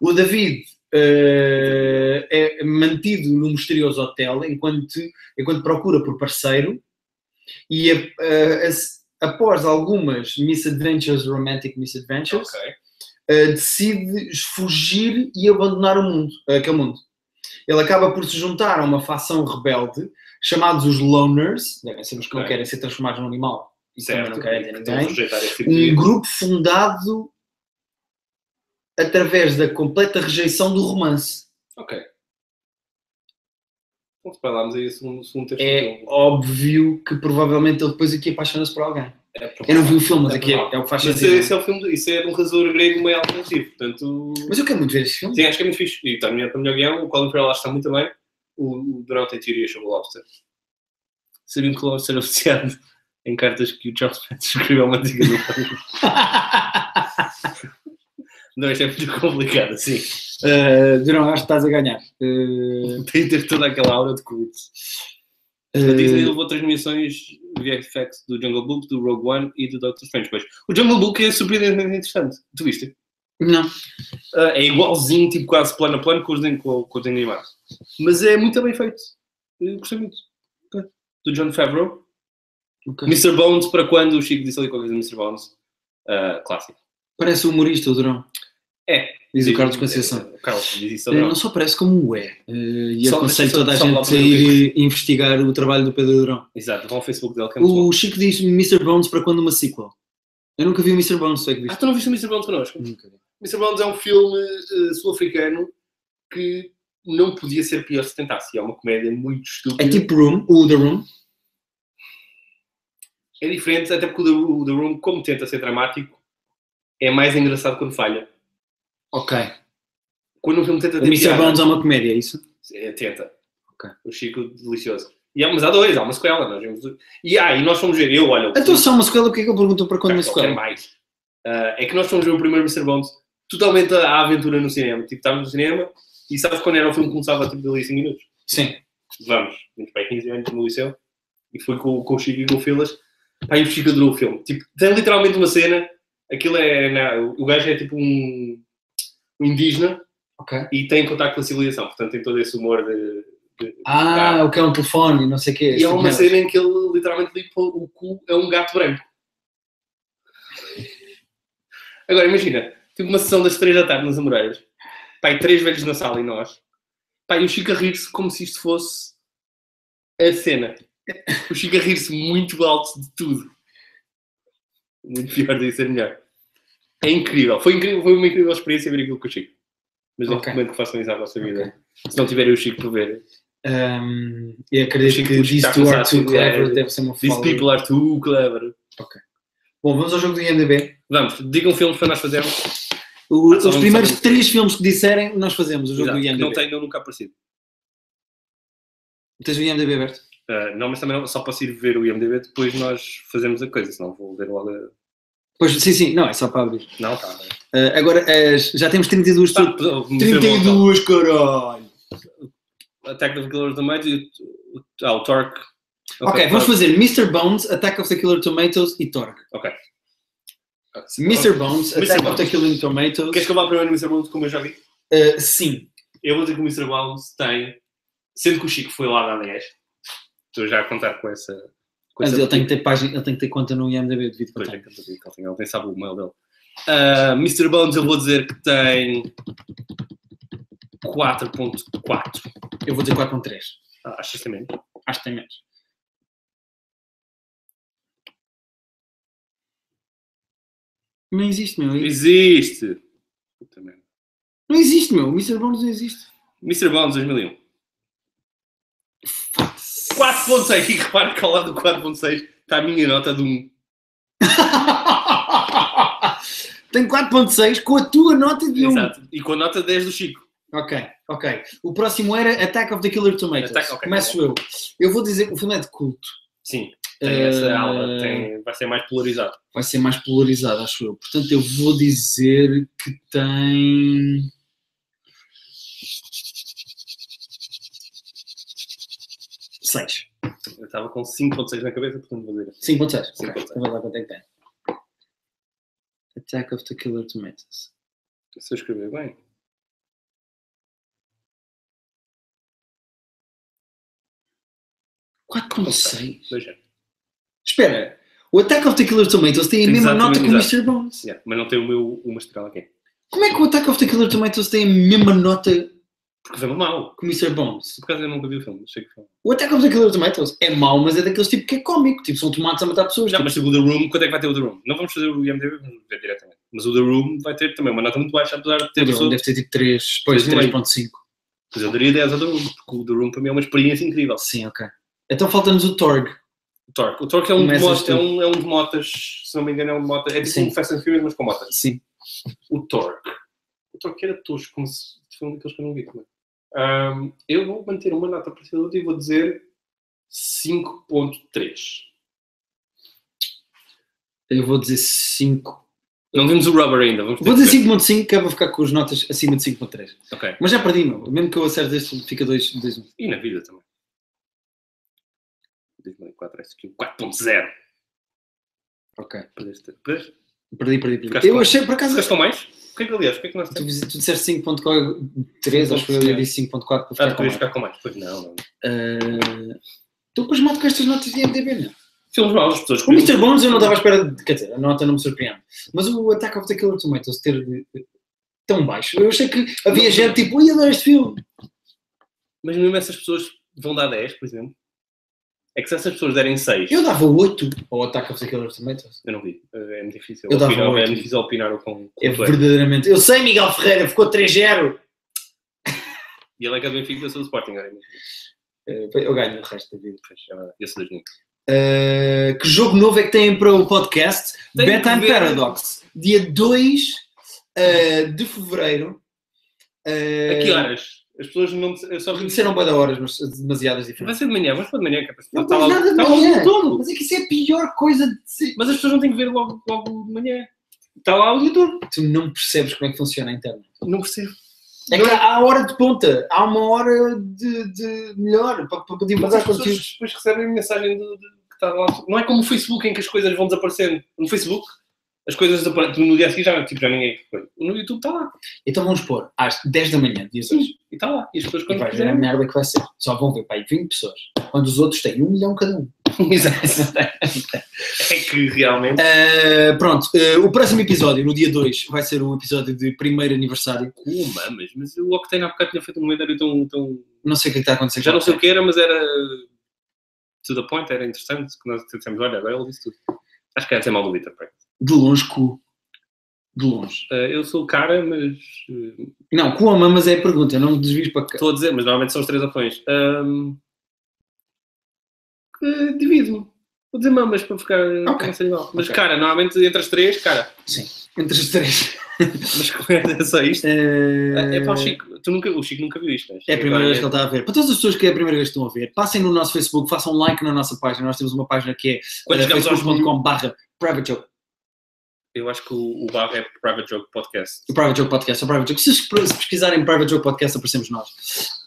[SPEAKER 2] O David eh, é mantido num misterioso hotel enquanto, enquanto procura por parceiro e a- a- a- após algumas misadventures, romantic misadventures,
[SPEAKER 1] Ok.
[SPEAKER 2] eh, decide fugir e abandonar o mundo, eh, aquele mundo. Ele acaba por se juntar a uma facção rebelde chamados os Loners, devem ser os que não
[SPEAKER 1] Ok.
[SPEAKER 2] querem ser transformados num animal. Isso também
[SPEAKER 1] Certo.
[SPEAKER 2] não querem ter
[SPEAKER 1] Então,
[SPEAKER 2] ninguém
[SPEAKER 1] rejeitar esse tipo de
[SPEAKER 2] um
[SPEAKER 1] vida.
[SPEAKER 2] grupo fundado através da completa rejeição do romance.
[SPEAKER 1] Ok. Então, se falarmos aí o segundo, o segundo texto
[SPEAKER 2] É
[SPEAKER 1] do
[SPEAKER 2] óbvio que provavelmente ele depois aqui apaixona-se por alguém. Eu não vi o filme, é mas aqui é, é o que faz
[SPEAKER 1] Mas esse,
[SPEAKER 2] sentido.
[SPEAKER 1] esse é o filme, do- isso é de um realizador grego meio alternativo, portanto...
[SPEAKER 2] Mas eu quero muito ver este filme.
[SPEAKER 1] Sim, acho que é muito fixe. E está melhor, está melhor guião, o Colin Farrell lá está muito bem. O, o Durão tem teorias sobre o Lobster. Sabiam que o Lobster é associado [laughs] em cartas que o Charles [laughs] Pence escreveu a uma antiga do Não, isto é muito complicado, assim.
[SPEAKER 2] Uh, Durão, acho que estás a ganhar. Uh,
[SPEAKER 1] Tem de ter toda aquela aura de culto. A Disney
[SPEAKER 2] uh,
[SPEAKER 1] levou transmissões VFX do Jungle Book, do Rogue One e do Doctor Strange. Mas o Jungle Book é surpreendentemente interessante. Tu viste?
[SPEAKER 2] não.
[SPEAKER 1] Ah, é igualzinho, tipo quase plano a plano com os de- com o com o de animado. Mas é muito bem feito. Eu gostei muito. Do John Favreau.
[SPEAKER 2] Ok.
[SPEAKER 1] Mr. Bones, para quando o Chico disse ali qualquer coisa do Mr. Bones? Ah, clássico.
[SPEAKER 2] Parece humorista o Durão.
[SPEAKER 1] É.
[SPEAKER 2] Diz o
[SPEAKER 1] Sim,
[SPEAKER 2] Carlos
[SPEAKER 1] é,
[SPEAKER 2] Conceição.
[SPEAKER 1] o Carlos diz isso
[SPEAKER 2] Uh,
[SPEAKER 1] não.
[SPEAKER 2] não só parece como o é. Uh, e
[SPEAKER 1] Só-
[SPEAKER 2] aconselho
[SPEAKER 1] só-
[SPEAKER 2] toda a
[SPEAKER 1] só lá
[SPEAKER 2] gente
[SPEAKER 1] para
[SPEAKER 2] a
[SPEAKER 1] ver o
[SPEAKER 2] ir investigar o trabalho do Pedro Durão.
[SPEAKER 1] Exato, vão ao Facebook dele que é muito bom.
[SPEAKER 2] O Chico diz Mr. Bones para quando uma sequel? Eu nunca vi o Mr. Bones, tu é que
[SPEAKER 1] Ah,
[SPEAKER 2] viste?
[SPEAKER 1] tu não viste o Mr. Bones connosco?
[SPEAKER 2] Nunca vi.
[SPEAKER 1] Mr. Bones é um filme eh, sul-africano que não podia ser pior se tentasse. É uma comédia muito estúpida.
[SPEAKER 2] É tipo Room, o The Room.
[SPEAKER 1] É diferente, até porque o The, o The Room, como tenta ser dramático, é mais engraçado quando falha.
[SPEAKER 2] Ok.
[SPEAKER 1] Quando um filme tenta
[SPEAKER 2] O
[SPEAKER 1] ter
[SPEAKER 2] Mr.
[SPEAKER 1] piada,
[SPEAKER 2] Bones é uma comédia, é isso?
[SPEAKER 1] é, tenta.
[SPEAKER 2] Ok.
[SPEAKER 1] O Chico, delicioso. E há, mas há dois, há uma sequela. Nós vimos... o- E, ah, e nós fomos ver, eu, olha... o-
[SPEAKER 2] Então só uma sequela, porque é que ele perguntou para quando uma
[SPEAKER 1] Cara, qualquer
[SPEAKER 2] sequela?
[SPEAKER 1] mais. Ah, é que nós fomos ver o primeiro Mr. Bones totalmente à aventura no cinema. Tipo, estávamos no cinema e sabes quando era o filme que começava tipo dali a 5 minutos?
[SPEAKER 2] Sim.
[SPEAKER 1] vamos, vimos para aí 15 anos no liceu, e fui com, com o Chico e com o Filas, pá, e o Chico adorou o filme. Tipo, tem literalmente uma cena, aquilo é, na- o gajo é tipo um, um indígena
[SPEAKER 2] Ok.
[SPEAKER 1] e tem contato com a civilização, portanto tem todo esse humor de... de-
[SPEAKER 2] Ah, o que é um telefone, não sei o quê.
[SPEAKER 1] e há uma
[SPEAKER 2] merda.
[SPEAKER 1] cena em que ele literalmente limpa o cu a um gato branco. Agora, imagina, tipo uma sessão das 3 da tarde nas Amoreiras, pai, três velhos na sala e nós, pai, o Chico a rir-se como se isto fosse a cena. O Chico a rir-se muito alto de tudo. Muito pior disso, é melhor. É incrível. Foi, incrível, foi uma incrível experiência ver aquilo com o Chico. Mas eu
[SPEAKER 2] Ok.
[SPEAKER 1] recomendo que façam isso à vossa vida.
[SPEAKER 2] Ok.
[SPEAKER 1] Se não tiverem o Chico para ver.
[SPEAKER 2] Ahm, Ehm, e acredito
[SPEAKER 1] Chico,
[SPEAKER 2] que
[SPEAKER 1] o Chico
[SPEAKER 2] These
[SPEAKER 1] está
[SPEAKER 2] Two Are
[SPEAKER 1] acusado
[SPEAKER 2] Too
[SPEAKER 1] de-
[SPEAKER 2] Clever deve ser uma
[SPEAKER 1] These
[SPEAKER 2] fala.
[SPEAKER 1] people are too clever.
[SPEAKER 2] Bom, vamos ao jogo do IMDB.
[SPEAKER 1] Vamos, digam filmes para nós fazermos. Ah,
[SPEAKER 2] O-
[SPEAKER 1] só
[SPEAKER 2] os
[SPEAKER 1] vamos
[SPEAKER 2] primeiros
[SPEAKER 1] fazer-
[SPEAKER 2] três filmes que disserem, nós fazemos o jogo
[SPEAKER 1] Exato,
[SPEAKER 2] do
[SPEAKER 1] que
[SPEAKER 2] IMDB.
[SPEAKER 1] não tem, não, nunca aparecido.
[SPEAKER 2] Tens o IMDB aberto?
[SPEAKER 1] Ah, não, mas também não, só posso ir ver o IMDB, depois nós fazemos a coisa, senão vou ver logo. a-
[SPEAKER 2] Pois, sim, sim. Não, é só para abrir.
[SPEAKER 1] Não, tá. bem.
[SPEAKER 2] Ah, agora, as- já temos 32
[SPEAKER 1] Tá,
[SPEAKER 2] tu-
[SPEAKER 1] o Mr. Bond,
[SPEAKER 2] 32, caralho!
[SPEAKER 1] tá. Attack of the Killer Tomatoes e o, o, ah, o Torque.
[SPEAKER 2] Ok, vamos fazer Mr. Bones, Attack of the Killer Tomatoes e Torque.
[SPEAKER 1] fazer.
[SPEAKER 2] Mr. Bones,
[SPEAKER 1] Mr.
[SPEAKER 2] Attack of
[SPEAKER 1] Bones.
[SPEAKER 2] the Killer Tomatoes.
[SPEAKER 1] Queres que eu vá primeiro no Mr. Bones, como eu já vi?
[SPEAKER 2] Uh, sim.
[SPEAKER 1] Eu vou dizer que o Mr. Bones tem. Sendo que o Chico foi lá na 10, estou já a contar com essa. Com
[SPEAKER 2] Mas
[SPEAKER 1] essa
[SPEAKER 2] ele tem que ter página, ele tem que ter conta no IMDB devido para
[SPEAKER 1] Pois é,
[SPEAKER 2] ter.
[SPEAKER 1] que eu sabia que ele tinha, ele nem sabe o mail dele. Ah, Mr. Bones, eu vou dizer que tem 4.4.
[SPEAKER 2] Eu vou dizer 4.3.
[SPEAKER 1] Ah, achas também?
[SPEAKER 2] Acho que tem menos. Não existe, meu.
[SPEAKER 1] Existe! Puta merda.
[SPEAKER 2] Não existe, [laughs] meu. O Mr. Bones não existe.
[SPEAKER 1] Mr. Bones 2001. 4.6. E repare que ao lado do 4.6 está a minha nota de 1.
[SPEAKER 2] Tenho 4.6 com a tua nota de 1.
[SPEAKER 1] Exato. E um. com a nota 10 do Chico.
[SPEAKER 2] Ok, ok. O próximo era Attack of the Killer Tomatoes.
[SPEAKER 1] Attack- ok, tá
[SPEAKER 2] Começo eu. Eu vou dizer que o filme é de culto.
[SPEAKER 1] Sim. Tem essa
[SPEAKER 2] Eh,
[SPEAKER 1] aula. Tem, vai ser mais polarizado.
[SPEAKER 2] Vai ser mais polarizado, acho eu. Portanto, eu vou dizer que tem. Seis.
[SPEAKER 1] Eu estava com 5.6 na cabeça, portanto vou dizer. assim.
[SPEAKER 2] 5.6.
[SPEAKER 1] Sim,
[SPEAKER 2] Ok,
[SPEAKER 1] pode ser.
[SPEAKER 2] Então vou lá quanto é que tem. Attack of the Killer Tomatoes.
[SPEAKER 1] Se eu escrever bem. sei.
[SPEAKER 2] 4.6?
[SPEAKER 1] Veja.
[SPEAKER 2] Espera, o Attack of the Killer Tomatoes tem a mesma
[SPEAKER 1] Exatamente,
[SPEAKER 2] nota que o
[SPEAKER 1] exato.
[SPEAKER 2] Mr. Bones.
[SPEAKER 1] Yeah, mas não tem o meu uma estrela aqui.
[SPEAKER 2] Como é que o Attack of the Killer Tomatoes tem a mesma nota que
[SPEAKER 1] Porque foi mal.
[SPEAKER 2] o Mr. Bones?
[SPEAKER 1] Por causa eu nunca vi o filme, achei que foi. um-
[SPEAKER 2] O Attack of the Killer Tomatoes é mau, mas é daqueles tipo que é cómico. Tipo, são tomates a matar pessoas.
[SPEAKER 1] Já,
[SPEAKER 2] tipo,
[SPEAKER 1] mas tipo, o The Room, quanto é que vai ter o The Room? Não vamos fazer o IMDB, vamos ver diretamente. Mas o The Room vai ter também uma nota muito baixa, apesar de ter
[SPEAKER 2] deve,
[SPEAKER 1] pessoas.
[SPEAKER 2] deve ter tipo 3, pois
[SPEAKER 1] Três e meio.
[SPEAKER 2] 3.5.
[SPEAKER 1] Mas eu daria 10 ao The Room, porque o The Room para mim é uma experiência incrível.
[SPEAKER 2] Sim, ok. Então falta-nos o Torg.
[SPEAKER 1] O Torque. O Torque é um, de
[SPEAKER 2] Começas
[SPEAKER 1] moto,
[SPEAKER 2] tu.
[SPEAKER 1] é, um, é um de motas, se não me engano, é um de motas. É tipo
[SPEAKER 2] Sim.
[SPEAKER 1] um Fast and Furious, mas com motas.
[SPEAKER 2] Sim.
[SPEAKER 1] O Torque. O Torque era tosco, como se foi um daqueles que eu não vi também. Ahm, eu vou manter uma nota parecida à outra e vou dizer 5.3.
[SPEAKER 2] Eu vou dizer 5.
[SPEAKER 1] Não vimos o Rubber ainda, vamos ter
[SPEAKER 2] Vou
[SPEAKER 1] que
[SPEAKER 2] dizer 5.5, que eu vou ficar com as notas acima de 5.3.
[SPEAKER 1] ver. Ok.
[SPEAKER 2] Mas já perdi, meu. Mesmo que eu acerte este, fica um. 2.
[SPEAKER 1] E na vida também. 2004 SQ 4.0.
[SPEAKER 2] Ok.
[SPEAKER 1] Perdeste. Perdeste?
[SPEAKER 2] Perdi, perdi,
[SPEAKER 1] Ficaste
[SPEAKER 2] perdi. Eu
[SPEAKER 1] com-
[SPEAKER 2] achei, por acaso,
[SPEAKER 1] Ficaste com mais? O que é que aliás? O que é que nós
[SPEAKER 2] tu,
[SPEAKER 1] temos?
[SPEAKER 2] tu disseste 5.3, acho que eu, eu disse 5.4 para
[SPEAKER 1] Ah,
[SPEAKER 2] ficar
[SPEAKER 1] tu
[SPEAKER 2] com
[SPEAKER 1] querias
[SPEAKER 2] mais.
[SPEAKER 1] ficar com mais? Pois não, não.
[SPEAKER 2] Ah, Tu depois mato com estas notas de IMDB, não?
[SPEAKER 1] Filmes maus, as pessoas
[SPEAKER 2] O Mr. Bones eu não estava à espera de. Quer dizer, a nota não me surpreende. Mas o Attack of the Killer Tomatoes ter de- de- tão baixo. Eu achei que havia
[SPEAKER 1] Não.
[SPEAKER 2] gente tipo, ui, adoro este filme.
[SPEAKER 1] Mas mesmo essas pessoas vão dar 10, por exemplo. É que se essas pessoas derem 6, eu,
[SPEAKER 2] Eu dava 8 ao Attack of the Killer Tomatoes.
[SPEAKER 1] não vi. É muito difícil.
[SPEAKER 2] Eu dava
[SPEAKER 1] opinar, é
[SPEAKER 2] oito.
[SPEAKER 1] muito difícil opinar com, com
[SPEAKER 2] É
[SPEAKER 1] tu
[SPEAKER 2] verdadeiramente. Eu sei, Miguel Ferreira, ficou 3-0.
[SPEAKER 1] E ele é que é do Benfica, eu sou do Sporting. olha, mas,
[SPEAKER 2] Eh, Eu ganho o resto da vida.
[SPEAKER 1] pois, é verdade, Eu sou das Nick.
[SPEAKER 2] Uh, que jogo novo é que têm para o podcast?
[SPEAKER 1] Tenho que
[SPEAKER 2] Bedtime
[SPEAKER 1] ver.
[SPEAKER 2] Paradox. Dia 2 uh, de fevereiro. Uh,
[SPEAKER 1] A que horas? As pessoas não... Eu só vi...
[SPEAKER 2] Disseram bem da horas, mas demasiadas
[SPEAKER 1] Vai
[SPEAKER 2] diferentes.
[SPEAKER 1] ser de manhã, vamos para de manhã. Que é para...
[SPEAKER 2] Não
[SPEAKER 1] Está
[SPEAKER 2] tens
[SPEAKER 1] lá-
[SPEAKER 2] nada de
[SPEAKER 1] está lá o
[SPEAKER 2] manhã.
[SPEAKER 1] todo.
[SPEAKER 2] Mas é que isso é a pior coisa de ser.
[SPEAKER 1] Mas as pessoas não têm que ver logo, logo de manhã. Está lá o dia todo.
[SPEAKER 2] Tu não percebes como é que funciona a internet.
[SPEAKER 1] Não percebo.
[SPEAKER 2] É que há a hora de ponta, há uma hora de, de melhor para, para poder
[SPEAKER 1] Mas
[SPEAKER 2] mudar
[SPEAKER 1] as pessoas
[SPEAKER 2] conteúdo.
[SPEAKER 1] depois recebem mensagem do, do- que está lá. Não é como o Facebook em que as coisas vão desaparecendo. No Facebook, as coisas desaparecem. No dia a seguir já, tipo, já ninguém. No YouTube está lá.
[SPEAKER 2] Então vamos pôr às 10 da manhã, dia 6.
[SPEAKER 1] Sim. é E está lá. E as pessoas
[SPEAKER 2] E
[SPEAKER 1] quando
[SPEAKER 2] vais ver a
[SPEAKER 1] quiserem.
[SPEAKER 2] merda que vai ser. Só vão ver para aí 20 pessoas. Quando os outros têm um milhão cada um.
[SPEAKER 1] [laughs] Exato. é que realmente.
[SPEAKER 2] Uh, pronto, uh, o próximo episódio, no dia 2, vai ser o episódio de primeiro aniversário.
[SPEAKER 1] Como, mamas? Mas o Octane há bocado tinha feito um comentário tão, tão.
[SPEAKER 2] Não sei o que é que está a acontecer.
[SPEAKER 1] Já não sei o que era, mas era. To the point, era interessante. Que nós dissemos, olha, agora ele disse tudo. Acho que é, era dizer mal do Vitor, peraí.
[SPEAKER 2] De longe, cu. De longe.
[SPEAKER 1] Eh, eu sou o cara, mas. eh,
[SPEAKER 2] Não, cu a mamas é a pergunta, não me desvies para cá.
[SPEAKER 1] Estou a dizer, mas normalmente são os três opções. Ahm, eh, Divido-me. Vou dizer mamas para ficar
[SPEAKER 2] Ok.
[SPEAKER 1] não sei mal. Mas
[SPEAKER 2] Ok.
[SPEAKER 1] cara, normalmente entre as três, cara.
[SPEAKER 2] Entre as três.
[SPEAKER 1] Mas como é só isto?
[SPEAKER 2] Uh,
[SPEAKER 1] É para o Chico. Tu nunca, o Chico nunca viu isto, mas.
[SPEAKER 2] É a primeira vez que ele está a ver. Para todas as pessoas que é a primeira vez que estão a ver, passem no nosso Facebook, façam um like na nossa página. Nós temos uma página que é
[SPEAKER 1] Quando chegamos aos mil,
[SPEAKER 2] facebook.com.br Private Joke,
[SPEAKER 1] eu acho que o, o barro é Private Joke Podcast.
[SPEAKER 2] o Private Joke Podcast, o Private Joke. Se se pesquisarem Private Joke Podcast, aparecemos nós.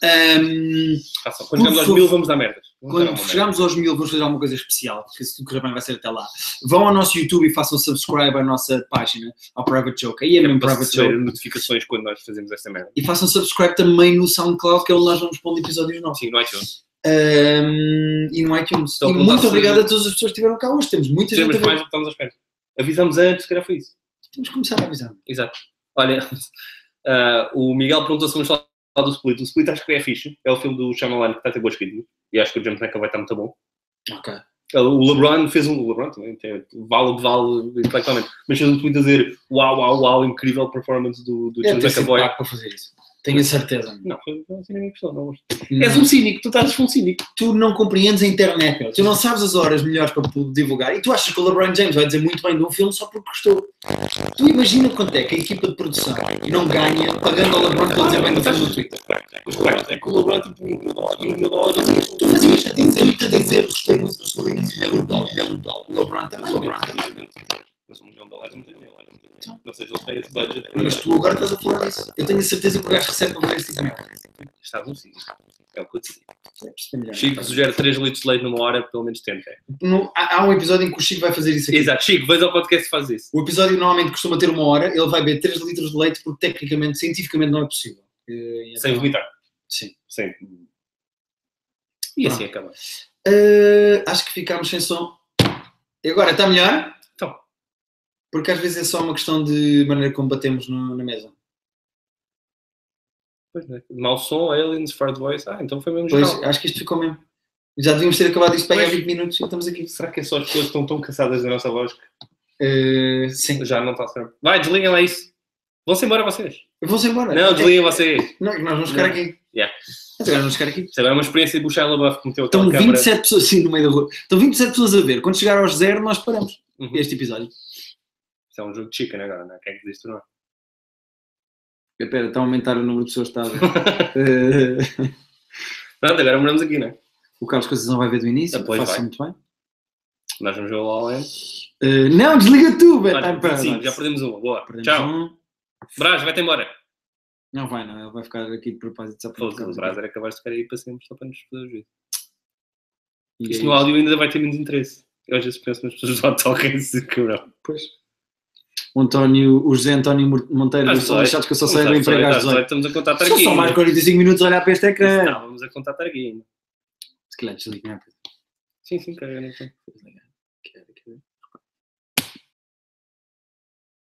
[SPEAKER 2] Um,
[SPEAKER 1] Façam. Quando chegamos aos
[SPEAKER 2] Por
[SPEAKER 1] mil, vamos dar merdas. Vamos dar
[SPEAKER 2] Quando
[SPEAKER 1] alguma merda.
[SPEAKER 2] chegarmos aos mil, vamos fazer alguma coisa especial, porque se tudo correr bem vai ser até lá. Vão ao nosso YouTube e façam subscribe à nossa página, ao Private Joke. Aí é mesmo
[SPEAKER 1] É para
[SPEAKER 2] Private
[SPEAKER 1] receber
[SPEAKER 2] Joke.
[SPEAKER 1] notificações quando nós fazemos esta merda.
[SPEAKER 2] E façam subscribe também no SoundCloud, que é onde nós vamos pondo episódios novos.
[SPEAKER 1] Sim, no iTunes.
[SPEAKER 2] Ahm, e no iTunes.
[SPEAKER 1] Então,
[SPEAKER 2] e
[SPEAKER 1] vamos lá
[SPEAKER 2] muito
[SPEAKER 1] fazer-
[SPEAKER 2] obrigado a todas as pessoas que estiveram cá hoje. Temos muita gente
[SPEAKER 1] Fizemos
[SPEAKER 2] a ver.
[SPEAKER 1] mais do que estamos à espera. Avisamos antes, se calhar foi isso.
[SPEAKER 2] Temos que começar a avisar.
[SPEAKER 1] Exato. Olha, ah, o Miguel perguntou se vamos falar do Split. O Split acho que é fixe. É o filme do Shyamalan que está a ter boas críticas. E acho que o James McAvoy está muito bom. Eh,
[SPEAKER 2] Ok.
[SPEAKER 1] é- Ele- O LeBron fez um... O LeBron também tem- vale o que vale intelectualmente. Mas fez um tweet a dizer uau, uau, uau, incrível performance do, do
[SPEAKER 2] Deve
[SPEAKER 1] James
[SPEAKER 2] ter sido
[SPEAKER 1] McAvoy.
[SPEAKER 2] pago para fazer isso. Tenho a certeza.
[SPEAKER 1] Não, foi um cínico, não, não.
[SPEAKER 2] Não.
[SPEAKER 1] És um cínico, tu estás um cínico.
[SPEAKER 2] Tu não compreendes a internet, meu. tu não sabes as horas melhores para pu- divulgar e tu achas que o LeBron James vai dizer muito bem de um filme só porque gostou. Tu imagina quanto é que a equipa de produção não ganha pagando ao LeBron para dizer bem do filme no Twitter.
[SPEAKER 1] É que o LeBron, tipo, mil dólares.
[SPEAKER 2] Tu fazias a dizer, muito a dizer, gostei muito dos bolinhos e é brutal, e é brutal. LeBron também, LeBron também.
[SPEAKER 1] Mas um milhão de dólares não tem dinheiro. Não sei se ele tem esse budget.
[SPEAKER 2] Mas tu agora estás a falar disso. Eu tenho a certeza que o gajo recebe para ver este e-mail.
[SPEAKER 1] Estás um cínico. É o que eu te digo.
[SPEAKER 2] Isto é melhor.
[SPEAKER 1] Chico sugere 3 litros de leite numa hora, pelo menos tenta.
[SPEAKER 2] No- há, há um episódio em que o Chico vai fazer isso aqui.
[SPEAKER 1] Exato, Chico, vais ao podcast e faz isso.
[SPEAKER 2] O episódio normalmente costuma ter uma hora, ele vai beber 3 litros de leite porque tecnicamente, cientificamente não é possível. Eh,
[SPEAKER 1] Sem
[SPEAKER 2] então-
[SPEAKER 1] vomitar.
[SPEAKER 2] Sim.
[SPEAKER 1] Sem. E assim acaba.
[SPEAKER 2] Eh, acho que ficámos sem som. E agora, está melhor?
[SPEAKER 1] Então.
[SPEAKER 2] Porque às vezes é só uma questão de maneira como batemos no- na mesa.
[SPEAKER 1] Pois não é. Mau som, aliens, fart voice. Ah, então foi mesmo
[SPEAKER 2] Pois,
[SPEAKER 1] geral.
[SPEAKER 2] acho que isto ficou mesmo. Já devíamos ter acabado isto bem há
[SPEAKER 1] Pois.
[SPEAKER 2] 20 minutos e estamos aqui.
[SPEAKER 1] Será que é só as pessoas que estão tão cansadas da nossa voz que
[SPEAKER 2] Eh, sim.
[SPEAKER 1] já não está certo? Vai, desliguem lá isso. Vão-se embora vocês.
[SPEAKER 2] Vamos embora.
[SPEAKER 1] Não,
[SPEAKER 2] é,
[SPEAKER 1] desliguem vocês.
[SPEAKER 2] não, nós vamos ficar
[SPEAKER 1] Não.
[SPEAKER 2] aqui.
[SPEAKER 1] Yeah.
[SPEAKER 2] Então, Agora vamos ficar aqui.
[SPEAKER 1] Isto agora é uma experiência de Buxar LaBeouf que meteu aquela
[SPEAKER 2] Estão
[SPEAKER 1] câmara.
[SPEAKER 2] 27 pessoas assim no meio da rua. Estão 27 pessoas a ver. Quando chegar aos zero, nós paramos
[SPEAKER 1] Uhum.
[SPEAKER 2] este episódio.
[SPEAKER 1] Isto é um jogo de chicken agora, não é? Quem é que diz isto não? é?
[SPEAKER 2] Espera, está a aumentar o número de pessoas que está a ver.
[SPEAKER 1] [laughs]
[SPEAKER 2] Eh,
[SPEAKER 1] Pronto, agora moramos aqui, não é?
[SPEAKER 2] o Carlos Conceição vai ver do início,
[SPEAKER 1] Ah, pois
[SPEAKER 2] faça
[SPEAKER 1] vai.
[SPEAKER 2] muito bem.
[SPEAKER 1] Nós vamos ver o La La Land.
[SPEAKER 2] Eh, não, desliga tu, Beto. Ah,
[SPEAKER 1] Olha,
[SPEAKER 2] pera,
[SPEAKER 1] sim,
[SPEAKER 2] agora.
[SPEAKER 1] já perdemos uma. Boa.
[SPEAKER 2] Perdemos
[SPEAKER 1] Tchau.
[SPEAKER 2] um.
[SPEAKER 1] Brás, vai-te embora.
[SPEAKER 2] Não vai, não. Ele vai ficar aqui de propósito só para
[SPEAKER 1] Foda-se, um o
[SPEAKER 2] Carlos.
[SPEAKER 1] Brás era capaz de ficar aí para sempre só para nos fazer o juízo.
[SPEAKER 2] E é
[SPEAKER 1] Isto
[SPEAKER 2] isso.
[SPEAKER 1] no áudio ainda vai ter menos interesse. Eu às vezes penso nas pessoas do Autorense e cabrão.
[SPEAKER 2] Pois. O, António, o José António Mor- Monteiro
[SPEAKER 1] Às
[SPEAKER 2] diz, são
[SPEAKER 1] dezoito.
[SPEAKER 2] achados que eu só
[SPEAKER 1] Começar
[SPEAKER 2] saio do
[SPEAKER 1] a
[SPEAKER 2] emprego às
[SPEAKER 1] falar,
[SPEAKER 2] 18.
[SPEAKER 1] Estamos a contar
[SPEAKER 2] Só são mais
[SPEAKER 1] targuinho.
[SPEAKER 2] 45 minutos a olhar para este ecrã.
[SPEAKER 1] Estávamos a contar targuinho.
[SPEAKER 2] Se calhar desliga.
[SPEAKER 1] Sim, então. sim, cara, eu não sei.
[SPEAKER 2] não é?